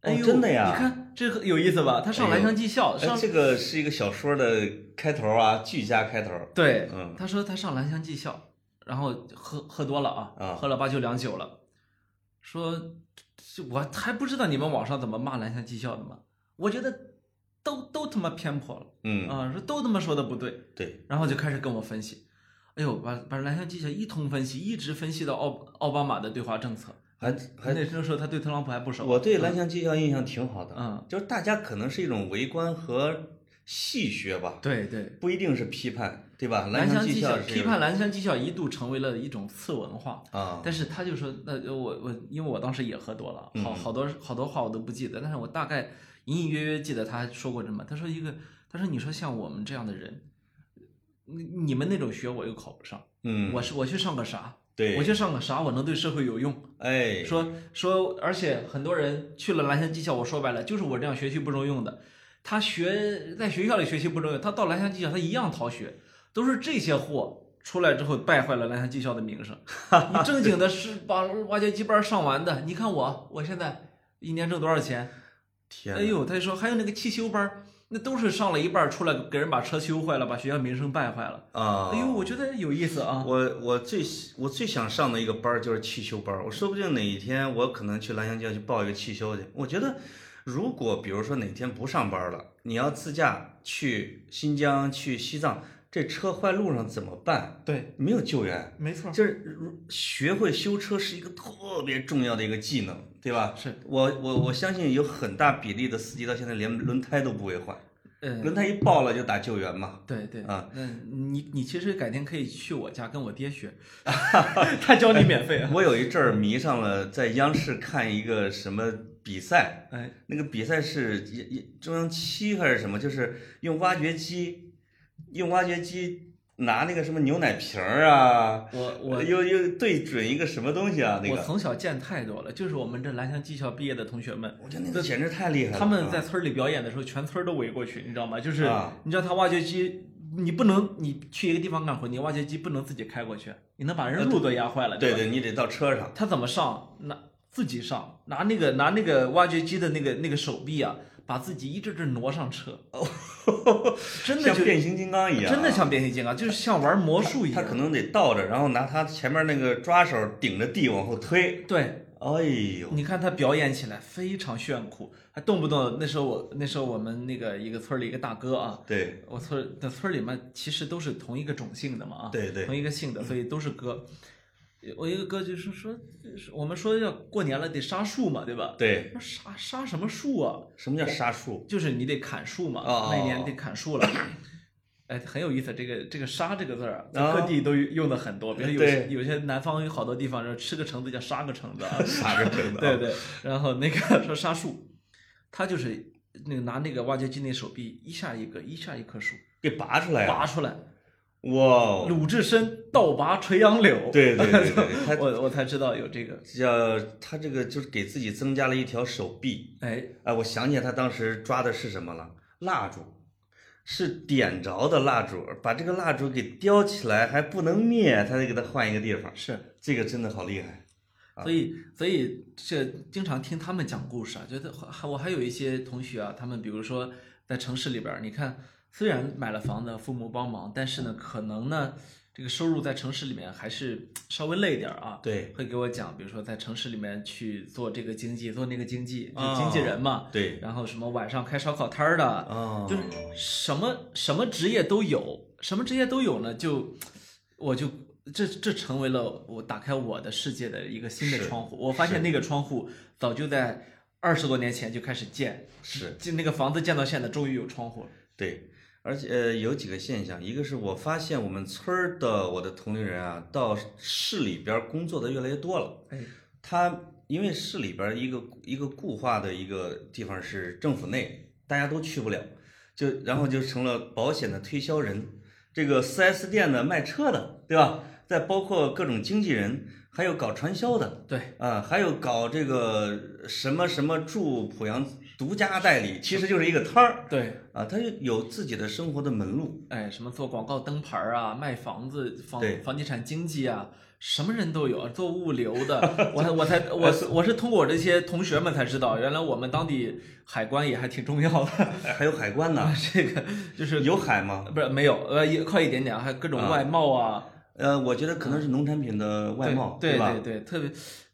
S1: 哎呦，
S2: 哦真的呀
S1: 你看这个有意思吧？他上莱乡技校，
S2: 哎，
S1: 上
S2: 这个是一个小说的开头啊，剧加开头。
S1: 对，
S2: 嗯
S1: 他说他上兰香技校，然后喝喝多了啊，
S2: 啊
S1: 喝了八九两酒了，说，这我还不知道你们网上怎么骂蓝翔技校的嘛，我觉得都都他妈偏颇了
S2: 嗯，
S1: 啊，说都他妈说的不对，
S2: 对，
S1: 然后就开始跟我分析，哎呦，把把蓝翔技校一通分析，一直分析到奥奥巴马的对华政策，
S2: 还还
S1: 那时候他对特朗普还不熟，
S2: 我对蓝翔技校印象挺好的，
S1: 嗯，
S2: 就是大家可能是一种围观和戏谑吧，
S1: 对对，
S2: 不一定是批判，对吧？
S1: 蓝
S2: 翔
S1: 翔技校
S2: 是
S1: 批判蓝翔技校一度成为了一种次文化，
S2: 啊，
S1: 但是他就说，那呃我我因为我当时也喝多了，好
S2: 嗯
S1: 好多好多话我都不记得，但是我大概隐隐约约记得他说过什么。他说一个，他说你说像我们这样的人，你你们那种学我又考不上，
S2: 嗯，
S1: 我是我去上个啥？
S2: 对，
S1: 我去上个啥？我能对社会有用？
S2: 哎，
S1: 说说，而且很多人去了蓝翔技校，我说白了就是我这样学习不中用的。他学在学校里学习不中用，他到蓝翔技校他一样逃学，都是这些货出来之后败坏了蓝翔技校的名声。你正经的是把挖掘机班上完的，你看我我现在一年挣多少钱？
S2: 天哪，
S1: 哎呦，他就说还有那个汽修班儿，那都是上了一半儿出来给人把车修坏了，把学校名声败坏了。
S2: 啊，
S1: 哎呦，我觉得有意思啊。
S2: 我我最喜我最想上的一个班儿就是汽修班儿，我说不定哪一天我可能去蓝翔技校去报一个汽修去。我觉得，如果比如说哪天不上班了，你要自驾去新疆、去西藏，这车坏路上怎么办？
S1: 对，
S2: 没有救援，
S1: 没错，
S2: 就是如学会修车是一个特别重要的一个技能，对吧？
S1: 是
S2: 我我我相信有很大比例的司机到现在连轮胎都不会换，
S1: 嗯。
S2: 轮胎一爆了就打救援嘛。
S1: 对对
S2: 啊，
S1: 那你你其实改天可以去我家跟我爹 学，他教你免费。啊
S2: 我有一阵儿迷上了在央视看一个什么比赛，
S1: 哎，
S2: 那个比赛是也也中央七还是什么，就是用挖掘机，用挖掘机拿那个什么牛奶瓶儿啊，
S1: 我我
S2: 又又对准一个什么东西啊，那
S1: 我
S2: 个，
S1: 从小见太多了，就是我们这蓝翔技校毕业的同学们，
S2: 我觉得那个简直太厉害了。
S1: 他们在村里表演的时候，全村都围过去，你知道吗？就是
S2: 啊
S1: 你知道他挖掘机，你不能你去一个地方干活，你挖掘机不能自己开过去，你能把人路都压坏了。
S2: 呃对
S1: 吧，
S2: 对，你得到车上，
S1: 他怎么上？拿自己上，拿那个拿那个挖掘机的那个那个手臂啊，把自己一阵阵挪上车， 真的
S2: 哦像
S1: 就
S2: 变形金刚一样，啊
S1: 真的像变形金刚，就是像玩魔术一
S2: 他
S1: 样。
S2: 可能得倒着，然后拿他前面那个抓手顶着地往后推。
S1: 对，
S2: 哎呦，
S1: 你看他表演起来非常炫酷，还动不动那时候我那时候我们那个一个村儿里一个大哥啊，
S2: 对
S1: 我村的村儿里面其实都是同一个种姓的嘛啊，
S2: 对对
S1: 同一个姓的，所以都是哥。我一个哥就是说，是我们说要过年了得杀树嘛，对吧？
S2: 对，
S1: 说杀杀什么树啊？
S2: 什么叫杀树？
S1: 就是你得砍树嘛，
S2: 哦
S1: 那年得砍树了。 哎，很有意思，这个这个“杀”这个字儿啊，在
S2: 啊
S1: 各地都用的很多，比如有
S2: 对
S1: 些有些南方有好多地方说吃个橙子叫杀个橙子 啊，
S2: 杀个真的。
S1: 对，对。然后那个说杀树，他就是那个拿那个挖掘机那手臂一下一个一下一棵树
S2: 给拔出来啊！
S1: 拔出来，
S2: 哇哦，
S1: 鲁智深倒拔垂杨柳，
S2: 对对 对对，他
S1: 我我才知道有这个，
S2: 叫他这个就是给自己增加了一条手臂。
S1: 哎，
S2: 哎，我想起来他当时抓的是什么了，蜡烛，是点着的蜡烛，把这个蜡烛给叼起来，还不能灭，他得给它换一个地方。
S1: 是。
S2: 这个真的好厉害。
S1: 所以，所以这经常听他们讲故事啊，觉得还我还有一些同学啊，他们比如说在城市里边儿，你看虽然买了房子，父母帮忙，但是呢，可能呢，这个收入在城市里面还是稍微累点儿啊。
S2: 对
S1: 会给我讲，比如说在城市里面去做这个经济，做那个经济，就
S2: 啊
S1: 经纪人嘛，
S2: 对，
S1: 然后什么晚上开烧烤摊儿的，
S2: 啊，
S1: 就是什么什么职业都有，什么职业都有呢？就我就这这成为了我打开我的世界的一个新的
S2: 是
S1: 窗户。我发现那个窗户早就在二十多年前就开始建，
S2: 是
S1: 就那个房子建到现在，终于有窗户了。
S2: 对。而且呃，有几个现象，一个是我发现我们村儿的我的同龄人啊，到市里边儿工作的越来越多了。
S1: 哎，
S2: 它因为市里边儿一个一个固化的一个地方是政府内，大家都去不了，就然后就成了保险的推销人，这个 4S 店的卖车的，对吧？再包括各种经纪人，还有搞传销的，
S1: 对，
S2: 啊，还有搞这个什么什么驻濮阳独家代理，其实就是一个摊儿
S1: 对，
S2: 啊，他就有自己的生活的门路，
S1: 哎，什么做广告灯牌儿啊，卖房子、房
S2: 对
S1: 房地产经济啊，什么人都有。做物流 的，我还我才我
S2: 哎
S1: 是我是通过我这些同学们才知道，原来我们当地海关也还挺重要的。
S2: 还有海关呢，
S1: 这个就是
S2: 有海吗？
S1: 不是没有，呃，也快一点点，还有各种外贸啊，
S2: 呃，我觉得可能是农产品的外贸，
S1: 对
S2: 吧？
S1: 对对，特别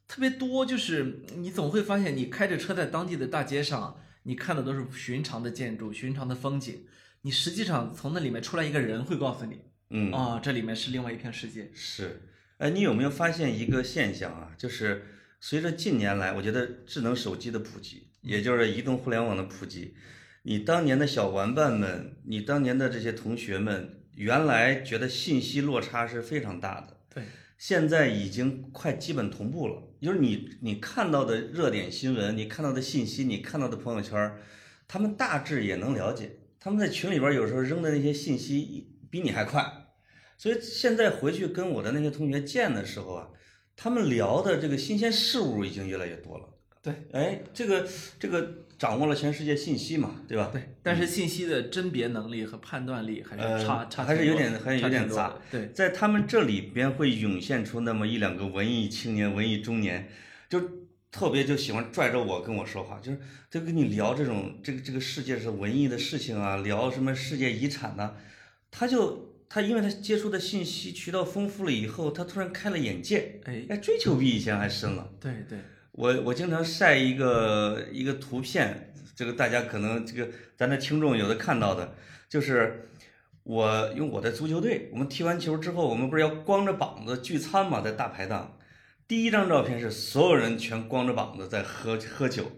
S1: 特别多，就是你总会发现，你开着车在当地的大街上，你看的都是寻常的建筑、寻常的风景，你实际上从那里面出来一个人会告诉你，
S2: 嗯，
S1: 啊、这里面是另外一片世界。
S2: 是，哎，你有没有发现一个现象啊？就是随着近年来，我觉得智能手机的普及，也就是移动互联网的普及，你当年的小玩伴们，你当年的这些同学们，原来觉得信息落差是非常大的，
S1: 对，
S2: 现在已经快基本同步了。就是你你看到的热点新闻，你看到的信息，你看到的朋友圈儿，他们大致也能了解。他们在群里边儿有时候扔的那些信息比你还快。所以现在回去跟我的那些同学见的时候啊，他们聊的这个新鲜事物已经越来越多了。
S1: 对，
S2: 哎，这个这个掌握了全世界信息嘛，对吧？
S1: 对，但是信息的甄别能力和判断力还是差、
S2: 呃
S1: 差挺多的，
S2: 还是有点还是有点
S1: 差挺多
S2: 杂
S1: 的。对，
S2: 在他们这里边会涌现出那么一两个文艺青年、文艺中年，就特别就喜欢拽着我跟我说话，就是就跟你聊这种这个这个世界是文艺的事情啊，聊什么世界遗产呐、他就他因为他接触的信息渠道丰富了以后，他突然开了眼界，
S1: 哎，
S2: 哎，追求比以前还深了。
S1: 对对，
S2: 我我经常晒一个一个图片，这个大家可能这个咱的听众有的看到的，就是我用我的足球队，我们踢完球之后，我们不是要光着膀子聚餐嘛，在大排档。第一张照片是所有人全光着膀子在喝喝酒，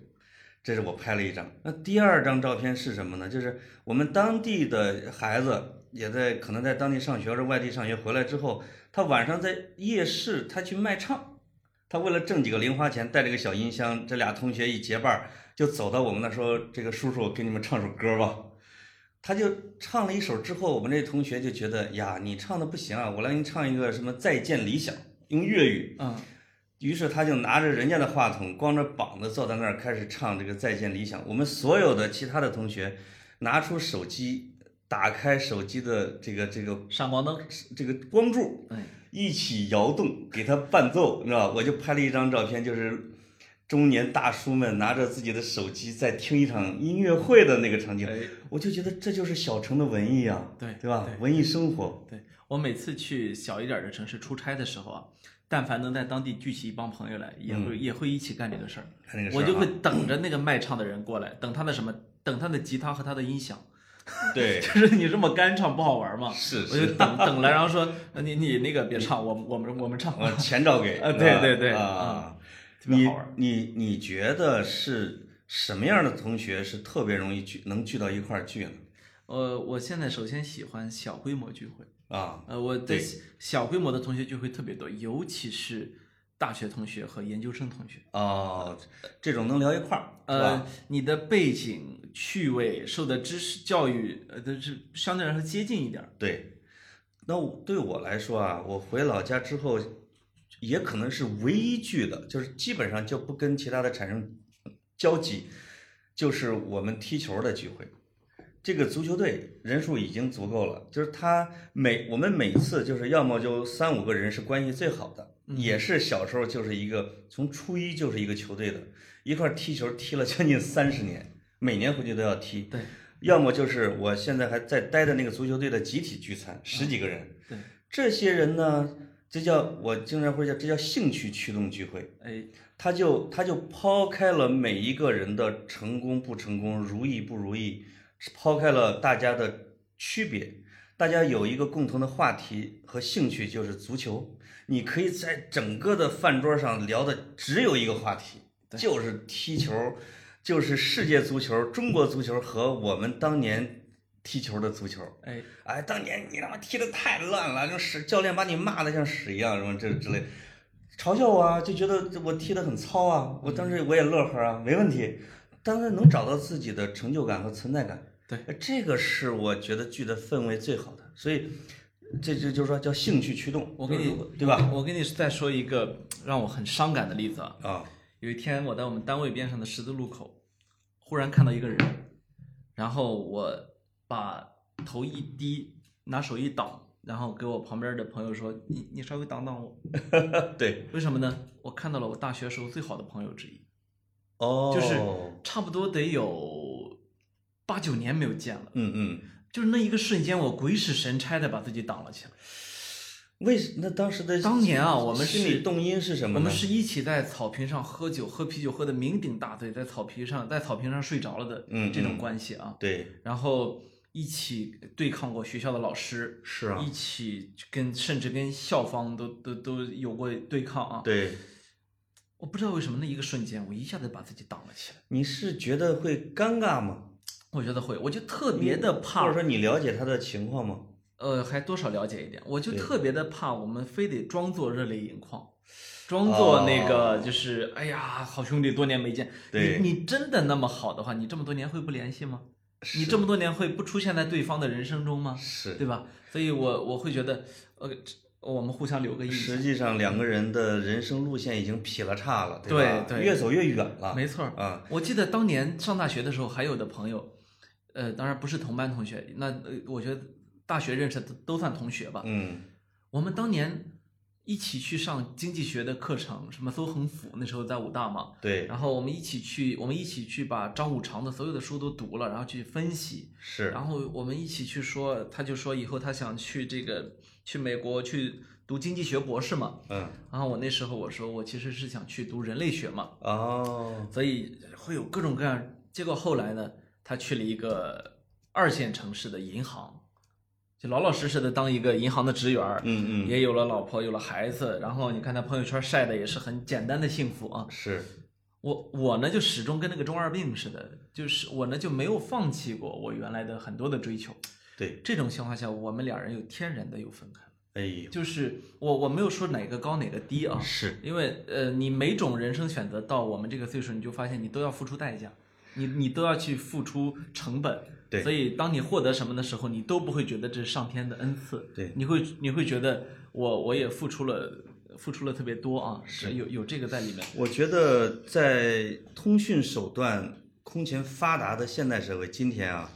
S2: 这是我拍了一张。那第二张照片是什么呢？就是我们当地的孩子也在可能在当地上学或者外地上学回来之后，他晚上在夜市他去卖唱。他为了挣几个零花钱，带着个小音箱，这俩同学一结伴儿就走到我们那儿说：“这个叔叔给你们唱首歌吧。”他就唱了一首之后，我们这同学就觉得呀，你唱的不行啊，我来给你唱一个什么《再见理想》，用粤语。
S1: 嗯，
S2: 于是他就拿着人家的话筒，光着膀子坐在那儿开始唱这个《再见理想》。我们所有的其他的同学拿出手机，打开手机的这个这个
S1: 闪光灯，
S2: 这个光柱，
S1: 哎，
S2: 一起摇动，给他伴奏，你知道吧？我就拍了一张照片，就是中年大叔们拿着自己的手机在听一场音乐会的那个场景，
S1: 哎
S2: 我就觉得这就是小城的文艺啊，
S1: 对
S2: 对吧
S1: 对？
S2: 文艺生活，
S1: 对我每次去小一点儿的城市出差的时候啊，但凡能在当地聚起一帮朋友来，也会、也会一起干这个事儿。
S2: 看那嗯个事儿
S1: 我
S2: 啊
S1: 就会 等着那个卖唱的人过来，等他的什么，等他的吉他和他的音响。
S2: 对
S1: 就是你这么干唱不好玩嘛，
S2: 是
S1: 我就 等等来，然后说呃你你那个别唱，我们我们我们唱，
S2: 我钱照呃给
S1: 啊
S2: 是吧
S1: 对对对
S2: 啊，
S1: 特别
S2: 你
S1: 好玩。
S2: 你你觉得是什么样的同学是特别容易聚能聚到一块儿聚呢？
S1: 呃，我现在首先喜欢小规模聚会，
S2: 啊，
S1: 呃，我的
S2: 对
S1: 小规模的同学聚会特别多，尤其是大学同学和研究生同学。
S2: 哦，这种能聊一块儿，是吧
S1: 呃，你的背景、趣味、受的知识教育，呃，都是相对来说接近一点儿。
S2: 对，那我对我来说啊，我回老家之后，也可能是唯一聚的，就是基本上就不跟其他的产生交集，就是我们踢球的聚会。这个足球队人数已经足够了，就是他每我们每次就是要么就三五个人是关系最好的，也是小时候就是一个从初一就是一个球队的，一块儿踢球踢了将近三十年，每年回去都要踢。
S1: 对，
S2: 要么就是我现在还在待的那个足球队的集体聚餐，十几个人。
S1: 对，
S2: 这些人呢，这叫我经常会叫这叫兴趣驱动聚会。
S1: 哎，
S2: 他就他就抛开了每一个人的成功不成功、如意不如意，抛开了大家的区别，大家有一个共同的话题和兴趣，就是足球。你可以在整个的饭桌上聊的只有一个话题，就是踢球，就是世界足球、中国足球和我们当年踢球的足球。
S1: 哎，
S2: 哎，当年你他妈踢的太烂了，就屎教练把你骂的像屎一样，什么这之类，嘲笑我啊，就觉得我踢的很糙啊，我当时我也乐呵啊，没问题，但是能找到自己的成就感和存在感，
S1: 对，
S2: 这个是我觉得剧的氛围最好的，所以这这就是说叫兴趣驱动，
S1: 我给你
S2: 对吧？
S1: 我跟你再说一个让我很伤感的例子啊。
S2: 啊，
S1: 有一天，我在我们单位边上的十字路口，忽然看到一个人，然后我把头一低，拿手一挡，然后给我旁边的朋友说：“你你稍微挡挡我。
S2: 对，”
S1: 为什么呢？我看到了我大学时候最好的朋友之一，
S2: 哦，
S1: 就是差不多得有八九年没有见了，
S2: 嗯嗯，
S1: 就是那一个瞬间，我鬼使神差的把自己挡了起来。
S2: 为什那当时的
S1: 当年啊我们
S2: 心
S1: 是
S2: 理动因是什
S1: 我
S2: 么呢？
S1: 们是一起在草坪上喝酒，喝啤酒喝的酩酊大醉，在草坪上在草坪上睡着了的
S2: 嗯
S1: 这种
S2: 嗯
S1: 关系啊，
S2: 对，
S1: 然后一起对抗过学校的老师，
S2: 是啊
S1: 一，起跟甚至跟校方都都都有过对抗啊。
S2: 对，
S1: 我不知道为什么那一个瞬间，我一下子把自己挡了起来。
S2: 你是觉得会尴尬吗？
S1: 我觉得会，我就特别的怕
S2: 或者，说你了解他的情况吗？
S1: 呃，还多少了解一点，我就
S2: 对
S1: 特别的怕，我们非得装作热泪盈眶，装作那个
S2: 哦
S1: 就是，哎呀，好兄弟，多年没见。
S2: 对
S1: 你你真的那么好的话，你这么多年会不联系吗？你
S2: 是
S1: 这么多年会不出现在对方的人生中吗？
S2: 是
S1: 对吧？所以我我会觉得，呃，这我们互相留个印象
S2: 实。际上两个人的人生路线已经劈了叉了，吧？
S1: 对对
S2: 越走越远了。
S1: 没错儿
S2: 啊，
S1: 我记得当年上大学的时候，还有的朋友，呃，当然不是同班同学，那呃，我觉得大学认识的都算同学吧。
S2: 嗯，
S1: 我们当年一起去上经济学的课程，什么邹恒甫那时候在武大嘛，
S2: 对，
S1: 然后我们一起去，我们一起去把张五常的所有的书都读了，然后去分析，
S2: 是，
S1: 然后我们一起去说，他就说以后他想去这个去美国去读经济学博士嘛，
S2: 嗯，
S1: 然后我那时候我说我其实是想去读人类学嘛，
S2: 哦，
S1: 所以会有各种各样。结果后来呢，他去了一个二线城市的银行，就老老实实的当一个银行的职员儿，
S2: 嗯嗯，
S1: 也有了老婆，有了孩子。然后你看他朋友圈晒的也是很简单的幸福啊。
S2: 是，
S1: 我我呢就始终跟那个中二病似的，就是我呢就没有放弃过我原来的很多的追求。
S2: 对，
S1: 这种情况下，我们俩人有天然的有分开，
S2: 哎呦，
S1: 就是我我没有说哪个高哪个低啊，
S2: 是，
S1: 因为呃，你每种人生选择到我们这个岁数，你就发现你都要付出代价，你你都要去付出成本。
S2: 对
S1: 所以当你获得什么的时候，你都不会觉得这是上天的恩赐。
S2: 对
S1: 你会你会觉得我我也付出了付出了特别多啊，
S2: 是
S1: 有有这个在里面。
S2: 我觉得在通讯手段空前发达的现代社会，今天啊。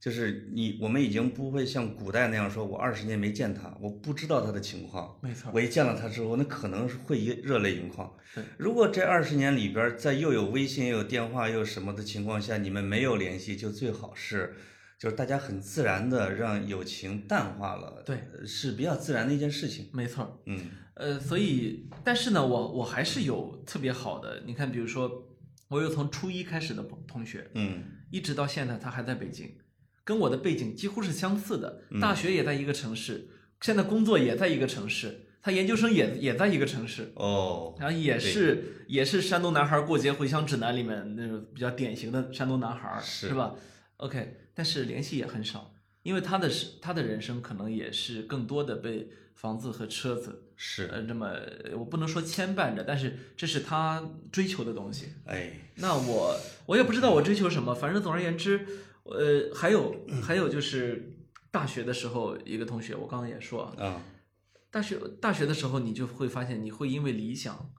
S2: 就是你，我们已经不会像古代那样说，我二十年没见他，我不知道他的情况。
S1: 没错，
S2: 我一见了他之后，那可能是会热泪盈眶
S1: 对。
S2: 如果这二十年里边，在又有微信、又有电话、又有什么的情况下，你们没有联系，就最好是，就是大家很自然的让友情淡化了，
S1: 对
S2: 呃，是比较自然的一件事情。
S1: 没错。
S2: 嗯，
S1: 呃，所以但是呢，我我还是有特别好的，你看，比如说我有从初一开始的朋同学，
S2: 嗯，
S1: 一直到现在他还在北京，跟我的背景几乎是相似的，大学也在一个城市，现在工作也在一个城市，他研究生也也在一个城市。
S2: 哦，
S1: 然后也是也是山东男孩过节回乡指南里面那种比较典型的山东男孩，
S2: 是
S1: 是吧？OK，但是联系也很少，因为他的是他的人生可能也是更多的被房子和车子，
S2: 是，
S1: 呃，那么我不能说牵绊着，但是这是他追求的东西。
S2: 哎，
S1: 那我我也不知道我追求什么，反正总而言之，呃，还有还有就是大学的时候，一个同学，我刚刚也说，啊，
S2: 啊，
S1: 大学大学的时候，你就会发现，你会因为理想，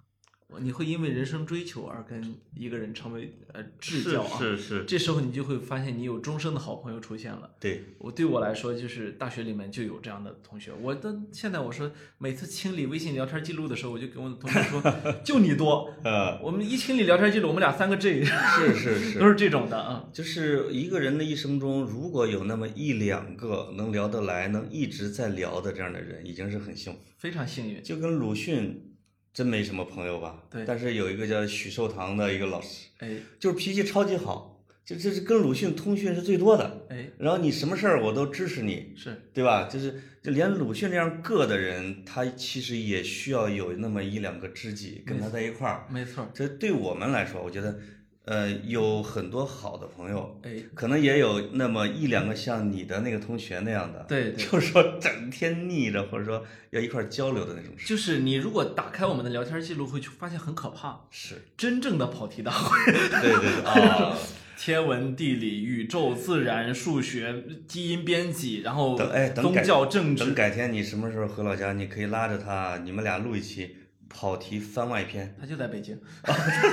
S1: 你会因为人生追求而跟一个人成为呃至交啊。
S2: 是，
S1: 这时候你就会发现，你有终生的好朋友出现了。
S2: 对，
S1: 我对我来说，就是大学里面就有这样的同学。我的现在我说，每次清理微信聊天记录的时候，我就跟我的同学说， 就你多。
S2: 呃，
S1: 我们一清理聊天记录，我们俩三个 G。
S2: 是是是
S1: 都。是这种的啊。
S2: 就是一个人的一生中，如果有那么一两个能聊得来、能一直在聊的这样的人，已经是很幸福了。
S1: 非常幸运。
S2: 就跟鲁迅真没什么朋友吧？
S1: 对
S2: 但是有一个叫许寿堂的一个老师，
S1: 哎
S2: 就是脾气超级好，就这是跟鲁迅通讯是最多的。
S1: 哎，
S2: 然后你什么事儿我都支持你，
S1: 是
S2: 对吧？就是就连鲁迅这样个的人，他其实也需要有那么一两个知己跟他在一块儿。
S1: 没错儿。
S2: 这对我们来说，我觉得，呃，有很多好的朋友，
S1: 哎，
S2: 可能也有那么一两个像你的那个同学那样的，
S1: 对对
S2: 就是说整天腻着，或者说要一块儿交流的那种事。
S1: 就是你如果打开我们的聊天记录，会去发现很可怕，
S2: 是，
S1: 真正的跑题大会。
S2: 对对对啊，
S1: 天文、地理、宇宙、自然、数学、基因编辑，然后
S2: 等哎等
S1: 宗
S2: 改
S1: 教、政
S2: 等
S1: 治，
S2: 改天你什么时候回老家，你可以拉着他，你们俩录一期跑题番外篇。
S1: 他就在北京，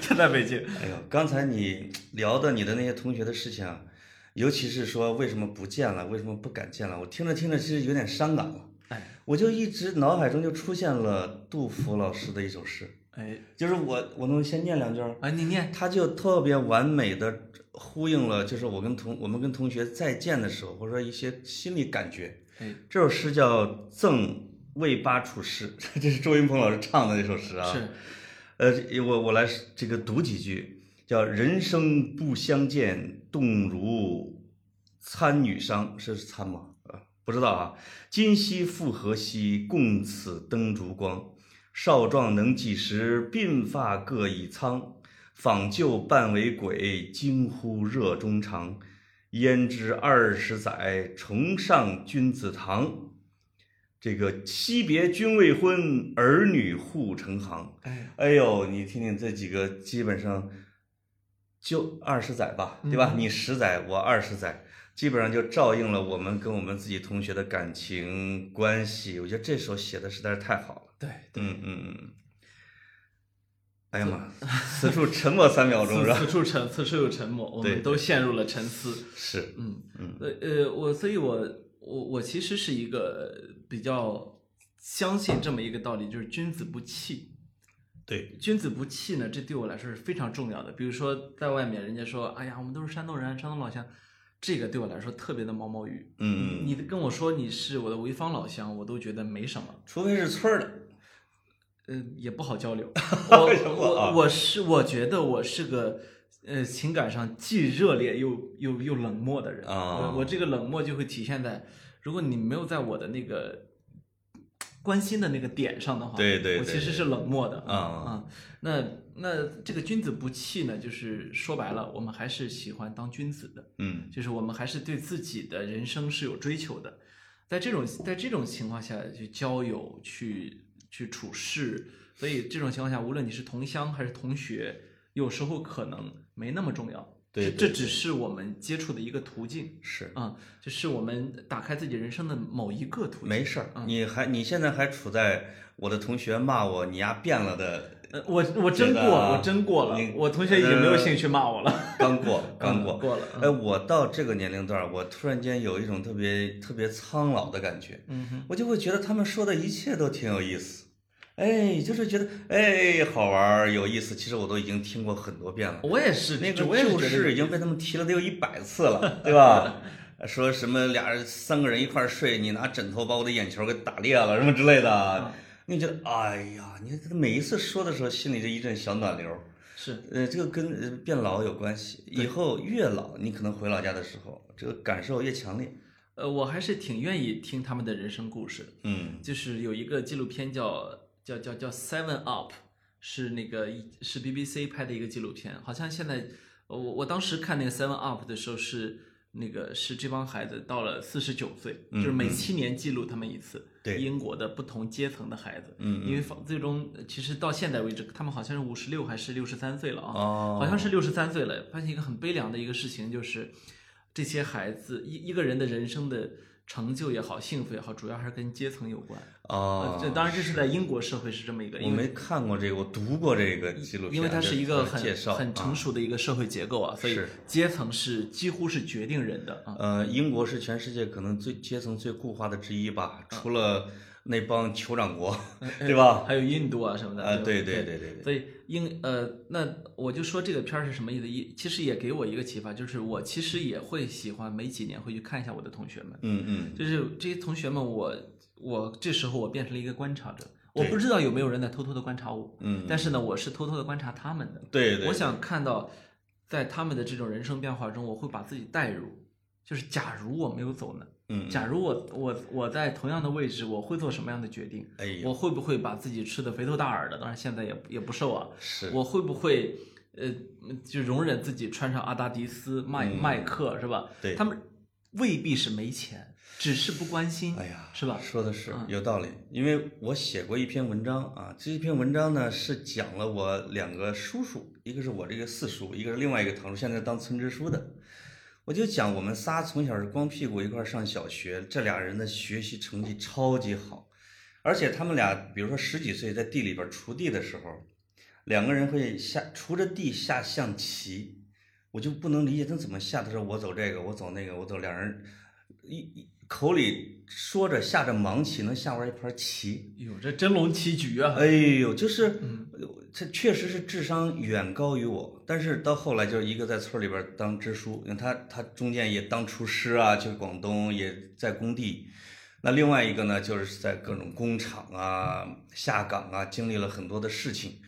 S1: 就在北京。
S2: 哎呦，刚才你聊的你的那些同学的事情啊，尤其是说为什么不见了，为什么不敢见了，我听着听着其实有点伤感了。
S1: 哎
S2: 我就一直脑海中就出现了杜甫老师的一首诗，
S1: 哎
S2: 就是我我能先念两句儿。
S1: 啊，你念
S2: 他就特别完美的呼应了，就是我跟同我们跟同学再见的时候，或者说一些心理感觉。
S1: 哎
S2: 这首诗叫《赠为八处士， 这是周云鹏老师唱的那首诗啊。
S1: 是，
S2: 呃，这我我来这个读几句，叫“人生不相见，动如参与商”，是参吗？啊，不知道啊。今夕复何夕，共此灯烛光。少壮能几时，鬓发各已苍。访旧半为鬼，惊呼热中肠。焉知二十载，重上君子堂。这个惜别君未婚，儿女护成行。
S1: 哎，
S2: 哎呦，你听听这几个，基本上就二十载吧，对
S1: 嗯
S2: 吧？你十载，我二十载，基本上就照应了我们跟我们自己同学的感情关系。我觉得这首写的实在是太好了。
S1: 对，
S2: 嗯嗯嗯。哎呀 妈，此处沉默三秒钟是吧
S1: 此？此处沉，此处有沉默，我
S2: 对
S1: 们都陷入了沉思。
S2: 是，
S1: 嗯
S2: 嗯，
S1: 呃呃，我所以我，我我其实是一个比较相信这么一个道理，就是君子不器。
S2: 对，
S1: 君子不器呢，这对我来说是非常重要的。比如说，在外面人家说，哎呀，我们都是山东人，山东老乡，这个对我来说特别的毛毛雨。
S2: 嗯，
S1: 你跟我说你是我的潍坊老乡，我都觉得没什么，
S2: 除非是村儿的，
S1: 呃，也不好 交流。我
S2: 为什么啊
S1: 我我是我觉得我是个呃情感上既热烈又又又冷漠的人。
S2: 啊
S1: 我我这个冷漠就会体现在，如果你没有在我的那个关心的那个点上的话，
S2: 对对
S1: 我
S2: 对
S1: 其实是冷漠的
S2: 啊
S1: 啊。那那这个君子不器呢，就是说白了，我们还是喜欢当君子的。
S2: 嗯
S1: 就是我们还是对自己的人生是有追求的。在这种在这种情况下去交友、去去处事，所以这种情况下，无论你是同乡还是同学，有时候可能没那么重要。这
S2: 对对
S1: 这只是我们接触的一个途径
S2: 是。
S1: 啊、这是我们打开自己人生的某一个途径。
S2: 没事儿，
S1: 嗯
S2: 你还你现在还处在我的同学骂我你丫变了的
S1: 呃，我我真
S2: 觉
S1: 过，
S2: 得啊
S1: 我真过了
S2: 你，
S1: 我同学已经没有兴趣骂我了。
S2: 刚过，刚过，
S1: 嗯过了嗯
S2: 哎，我到这个年龄段儿，我突然间有一种特别特别苍老的感觉，
S1: 嗯哼，
S2: 我就会觉得他们说的一切都挺有意思，哎，就是觉得哎好玩儿有意思，其实我都已经听过很多遍了。
S1: 我也是，
S2: 那个
S1: 我也是
S2: 旧
S1: 觉得
S2: 事已经被他们提了得有一百次了，对吧？ 说什么俩人三个人一块儿睡，你拿枕头把我的眼球给打裂了什么之类
S1: 嗯
S2: 的，你觉得哎呀，你每一次说的时候心里就一阵小暖流。
S1: 是
S2: 呃，这个跟呃变老有关系。以后越老，你可能回老家的时候，这个感受越强烈。
S1: 呃，我还是挺愿意听他们的人生故事的。
S2: 嗯，
S1: 就是有一个纪录片叫叫叫叫 Seven Up，是那个是 BBC 拍的一个纪录片，好像现在呃我我当时看那个 Seven Up 的时候是那个是这帮孩子到了四十九岁，
S2: 嗯
S1: 就是每七年记录他们一次，
S2: 对
S1: 英国的不同阶层的孩子，
S2: 嗯嗯
S1: 因为放最终呃其实到现在为止，他们好像是五十六还是六十三岁了啊，
S2: 哦
S1: 好像是六十三岁了。发现一个很悲凉的一个事情，就是这些孩子一一个人的人生的成就也好，幸福也好，主要还是跟阶层有关。
S2: 哦
S1: 呃，这当然这是在英国社会是这么一个，
S2: 我
S1: 因为
S2: 没看过这个，我读过这个纪录片，
S1: 因为它是一个
S2: 就
S1: 很
S2: 介绍
S1: 很成。
S2: 啊
S1: 熟的一个社会结构啊，所以
S2: 是
S1: 阶层是几乎是决定人的啊。
S2: 呃，英国是全世界可能最阶层最固化的之一吧，
S1: 嗯
S2: 除了那帮酋长国， 对吧？
S1: 还有印度啊什么的
S2: 啊，
S1: 嗯对
S2: 哦对
S1: 吧
S2: 对对对对，
S1: 所以英呃，那我就说这个片儿是什么意思？一其实也给我一个启发，就是我其实也会喜欢，每几年会去看一下我的同学们，
S2: 嗯嗯，
S1: 就是这些同学们我，我这时候我变成了一个观察者，我
S2: 对
S1: 不知道有没有人在偷偷的观察我，
S2: 嗯
S1: 但是呢，我是偷偷的观察他们的，
S2: 对对，
S1: 我想看到，在他们的这种人生变化中，我会把自己带入。就是假如我没有走呢？
S2: 嗯，嗯
S1: 假如我我我在同样的位置，我会做什么样的决定？
S2: 哎呦，
S1: 我会不会把自己吃的肥头大耳的？当然现在也也不瘦啊。
S2: 是
S1: 我会不会呃就容忍自己穿上阿达迪斯、迈
S2: 嗯
S1: 迈克是吧？
S2: 对
S1: 他们未必是没钱，只是不关心。
S2: 哎呀，
S1: 是吧？
S2: 说的是
S1: 嗯
S2: 有道理，因为我写过一篇文章啊，这一篇文章呢是讲了我两个叔叔，一个是我这个四叔，一个是另外一个堂叔，现在当村支书的。我就讲我们仨从小是光屁股一块儿上小学，这俩人的学习成绩超级好，而且他们俩比如说十几岁在地里边锄地的时候，两个人会下锄着地下象棋，我就不能理解他怎么下。他说我走这个，我走那个，我走，两人一一口里说着下着盲棋，能下完一盘棋。
S1: 哟，这真龙棋局啊！
S2: 哎呦，就是，他确实是智商远高于我，但是到后来就是一个在村里边当支书，因为他他中间也当厨师啊，去广东也在工地，那另外一个呢，就是在各种工厂啊、下岗啊，经历了很多的事情。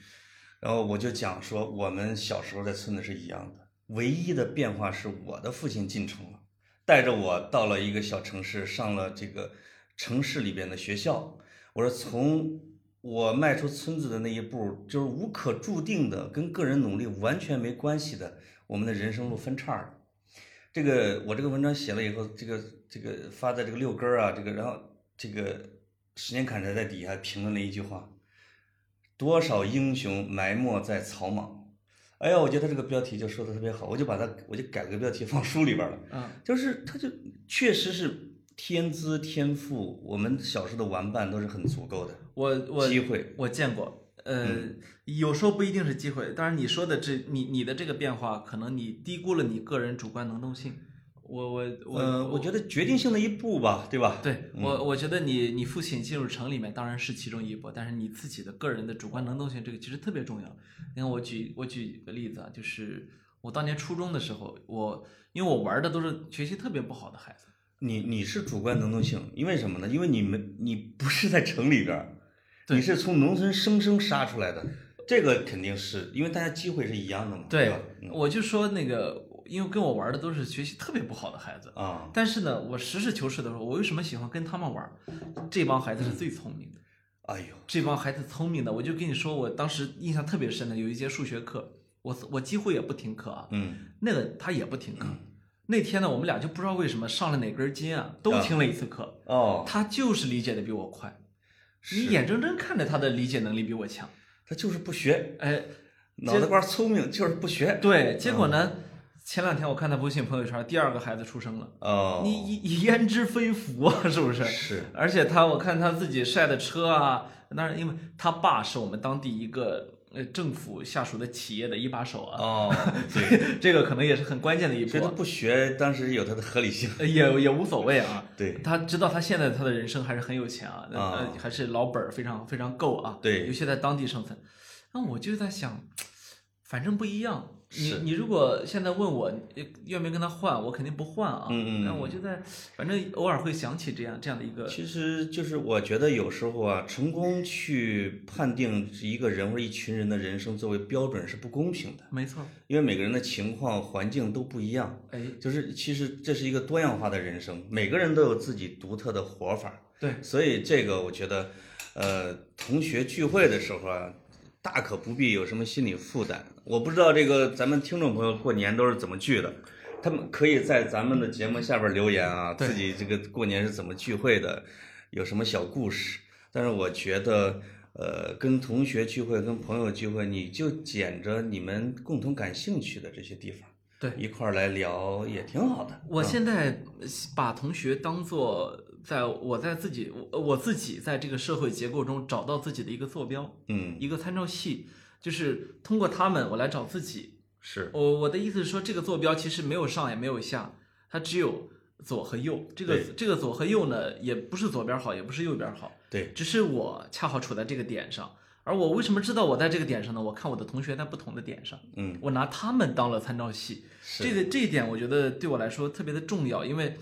S2: 然后我就讲说，我们小时候在村子是一样的，唯一的变化是我的父亲进城了，带着我到了一个小城市，上了这个城市里边的学校。我说，从我迈出村子的那一步，就是无可注定的，跟个人努力完全没关系的，我们的人生路分叉了。这个我这个文章写了以后，这个这个发在这个六根儿啊，这个然后这个时间砍柴在底下评论了一句话：多少英雄埋没在草莽。哎呀，我觉得他这个标题就说的特别好，我就把它我就改了个标题放书里边了。
S1: 啊
S3: 嗯，
S2: 就是他就确实是天资天赋，我们小时候的玩伴都是很足够的
S1: 我我
S2: 机会。
S1: 我见过。呃，
S2: 嗯
S1: 有时候不一定是机会，当然你说的这你你的这个变化，可能你低估了你个人主观能动性。我我我、
S2: 呃，我觉得决定性的一步吧，对吧？
S1: 对我，我觉得你你父亲进入城里面当然是其中一步，但是你自己的个人的主观能动性，这个其实特别重要。你看，我举我举个例子啊，就是我当年初中的时候，我因为我玩的都是学习特别不好的孩子，
S2: 你你是主观能动性，因为什么呢？因为你们你不是在城里边儿，
S1: 对
S2: 你是从农村生生杀出来的，这个肯定是因为大家机会是一样的嘛，
S1: 对
S2: 吧？嗯
S1: 我就说那个，因为跟我玩的都是学习特别不好的孩子，
S2: 啊，
S1: 但是呢，我实事求是的说，我为什么喜欢跟他们玩儿？这帮孩子是最聪明的。
S2: 哎呦，
S1: 这帮孩子聪明的，我就跟你说，我当时印象特别深的有一节数学课，我我几乎也不听课啊，
S2: 嗯，
S1: 那个他也不听课。那天呢，我们俩就不知道为什么上了哪根筋啊，都听了一次课，
S2: 哦，
S1: 他就是理解的比我快，
S2: 是
S1: 你眼睁睁看着他的理解能力比我强，
S2: 他就是不学，
S1: 哎，
S2: 脑袋瓜聪明就是不学，
S1: 对，结果
S2: 嗯
S1: 呢，前两天我看他微信朋友圈，第二个孩子出生了，
S2: 哦，
S1: 你你焉知非福啊，是不是？
S2: 是
S1: 而且他，我看他自己晒的车啊，那是因为他爸是我们当地一个呃政府下属的企业的一把手啊，
S2: 哦，对，
S1: 这个可能也是很关键的一
S2: 所以他
S1: 步，
S2: 不学，当时有他的合理性，
S1: 呃也也无所谓啊。
S2: 对，
S1: 他知道他现在他的人生还是很有钱啊，
S2: 啊
S1: 呃还是老本儿非常非常够啊，
S2: 对
S1: 尤其在当地生存。那我就在想，反正不一样。你
S2: 是
S1: 你如果现在问我呃愿不愿意跟他换，我肯定不换啊。
S2: 嗯嗯
S1: 那我就在，反正偶尔会想起这样这样的一个，
S2: 其实就是我觉得有时候啊，成功去判定一个人或者一群人的人生作为标准是不公平的，
S1: 没错，
S2: 因为每个人的情况环境都不一样。
S1: 哎，
S2: 就是其实这是一个多样化的人生，每个人都有自己独特的活法。
S1: 对，
S2: 所以这个我觉得，呃，同学聚会的时候啊，大可不必有什么心理负担。我不知道这个咱们听众朋友过年都是怎么聚的，他们可以在咱们的节目下边留言啊，
S1: 对
S2: 自己这个过年是怎么聚会的，有什么小故事。但是我觉得，呃，跟同学聚会、跟朋友聚会，你就捡着你们共同感兴趣的这些地方，
S1: 对
S2: 一块儿来聊也挺好的。
S1: 我现在把同学当做在我在自己我我自己在这个社会结构中找到自己的一个坐标，
S2: 嗯，
S1: 一个参照系，就是通过他们我来找自己。
S2: 是
S1: 我我的意思是说，这个坐标其实没有上也没有下，它只有左和右。这个
S2: 对
S1: 这个左和右呢，也不是左边好，也不是右边好，
S2: 对，
S1: 只是我恰好处在这个点上。而我为什么知道我在这个点上呢？我看我的同学在不同的点上，
S2: 嗯，
S1: 我拿他们当了参照系。
S2: 是
S1: 这个这一点我觉得对我来说特别的重要，因为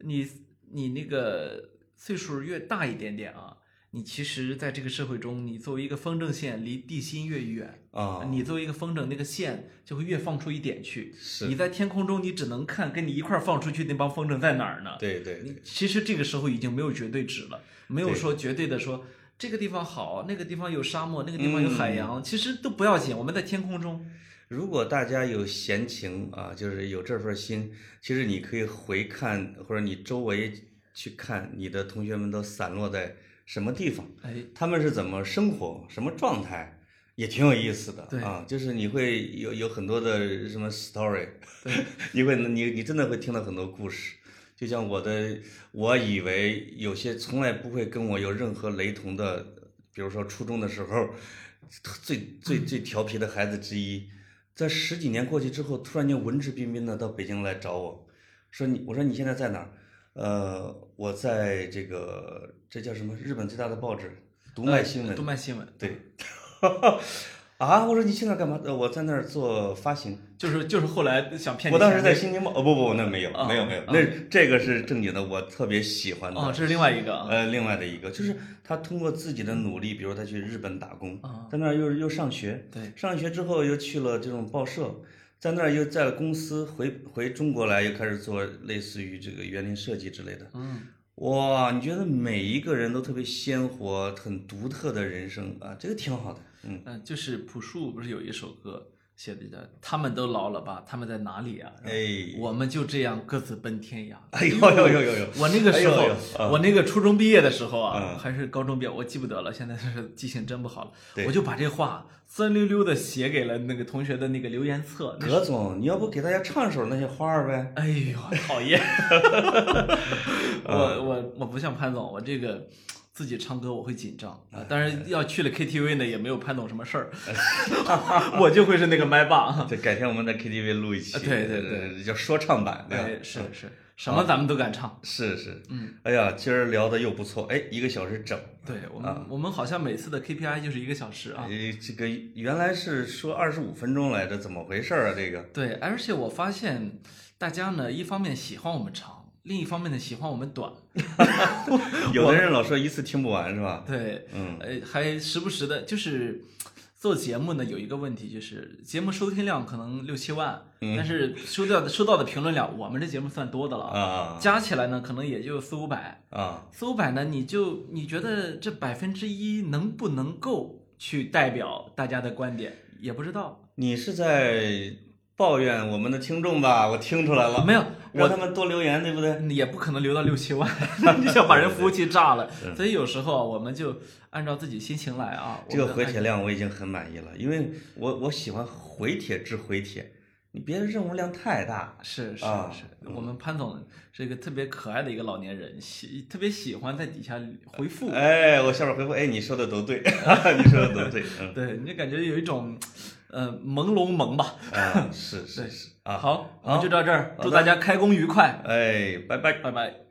S1: 你你那个岁数越大一点点啊，你其实在这个社会中，你作为一个风筝线，离地心越远，
S2: 啊，
S1: 你作为一个风筝，那个线就会越放出一点去。
S2: 是
S1: 你在天空中，你只能看跟你一块儿放出去那帮风筝在哪儿呢？
S2: 对对
S1: 你
S2: 对，
S1: 其实这个时候已经没有绝对值了，没有
S2: 对
S1: 说绝对的说这个地方好，那个地方有沙漠，那个地方有海
S2: 嗯
S1: 洋，其实都不要紧，我们在天空中。
S2: 如果大家有闲情啊，就是有这份心，其实你可以回看或者你周围去看你的同学们都散落在什么地方，
S1: 哎，
S2: 他们是怎么生活，什么状态，也挺有意思的。
S1: 对
S2: 啊，就是你会有有很多的什么 story，
S1: 对
S2: 你会你你真的会听到很多故事。就像我的，我以为有些从来不会跟我有任何雷同的，比如说初中的时候，最最最调皮的孩子之一，在十几年过去之后，突然间文质彬彬的到北京来找我，说你，我说你现在在哪儿？呃，我在这呃个这叫什么？日本最大的报纸《读卖新闻》
S1: 读卖新闻，
S2: 对， 啊！我说你现在干嘛？呃我在那儿做发行。
S1: 就是就是后来想骗你
S2: 我
S1: 钱
S2: 当
S1: 那个。
S2: 时在新京报，哦不不，那没有
S1: 啊
S2: 没有没有
S1: 啊，
S2: 那这个是正经的，我特别喜欢的。
S1: 哦，这是另外一个啊。
S2: 呃，另外的一个就是他通过自己的努力，比如他去日本打工
S1: 啊，
S2: 在那儿又又上学，
S1: 对，
S2: 上学之后又去了这种报社，在那儿又在公司回回中国来，又开始做类似于这个园林设计之类的。
S1: 嗯，
S2: 哇，你觉得每一个人都特别鲜活、很独特的人生啊，这个挺好的。嗯，
S1: 嗯，就是朴树不是有一首歌写的叫“他们都老了吧，他们在哪里啊？”然后
S2: 哎
S1: 我们就这样各自奔天涯。
S2: 哎呦呦呦呦呦，
S1: 我那个时候，
S2: 哎呦呦啊
S1: 我那个初中毕业的时候啊，
S2: 嗯
S1: 还是高中毕业，我记不得了，现在是记性真不好了。
S2: 对
S1: 我就把这话酸溜溜的写给了那个同学的那个留言册。那是
S2: 葛总，你要不给大家唱首那些花儿呗？
S1: 哎呦，讨 厌！我
S2: 嗯
S1: 我我不像潘总，我这个自己唱歌我会紧张
S2: 嗯
S1: 啊。当然要去了 KTV 呢，也没有潘总什么 事儿，我就会是那个麦霸。
S2: 对，改天我们在 KTV 录一期，
S1: 啊对对对
S2: 呃，叫说唱版，吧
S1: 对，哎是是，什
S2: 啊
S1: 么咱们都敢唱。
S2: 是是，
S1: 嗯，
S2: 哎呀，今儿聊的又不错，哎，一个小时整，
S1: 对我
S2: 啊
S1: 们我们好像每次的 KPI 就是一个小时啊。
S2: 哎，这个原来是说二十五分钟来着，怎么回事儿啊？这个，
S1: 对，而且我发现大家呢，一方面喜欢我们长，另一方面呢喜欢我们短。
S2: 有的人老说一次听不完是吧？
S1: 对，
S2: 嗯，
S1: 呃，还时不时的，就是做节目呢，有一个问题就是节目收听量可能六七万，但是收到的收到的评论量，我们这节目算多的了啊，
S2: 啊
S1: 加起来呢可能也就四五百，
S2: 啊，
S1: 四五百呢，你就你觉得这百分之一能不能够去代表大家的观点，也不知道，
S2: 你是在抱怨我们的听众吧？我听出来了，
S1: 没有，
S2: 让
S1: 我
S2: 他们多留言，对不对？
S1: 也不可能留到六七万， 你想把人服务器炸了，
S2: 嗯
S1: 所以有时候啊我们就按照自己心情来啊，
S2: 这个
S1: 我们
S2: 回
S1: 按
S2: 帖量我已经很满意了，因为我我喜欢回帖之回帖，你别任务量太大，
S1: 是是
S2: 啊
S1: 是，我们潘总是一个特别可爱的一个老年人，喜特别喜欢在底下回复，
S2: 哎，我下边回复，哎，你说的都对， 你说的都对，嗯。
S1: 对你就感觉有一种呃朦胧萌吧。
S2: 啊，是是是啊，
S1: 好，我
S2: 好
S1: 们就到这儿，
S2: 好
S1: 祝
S2: 的
S1: 大家开工愉快，
S2: 哎，拜拜。
S1: 拜拜。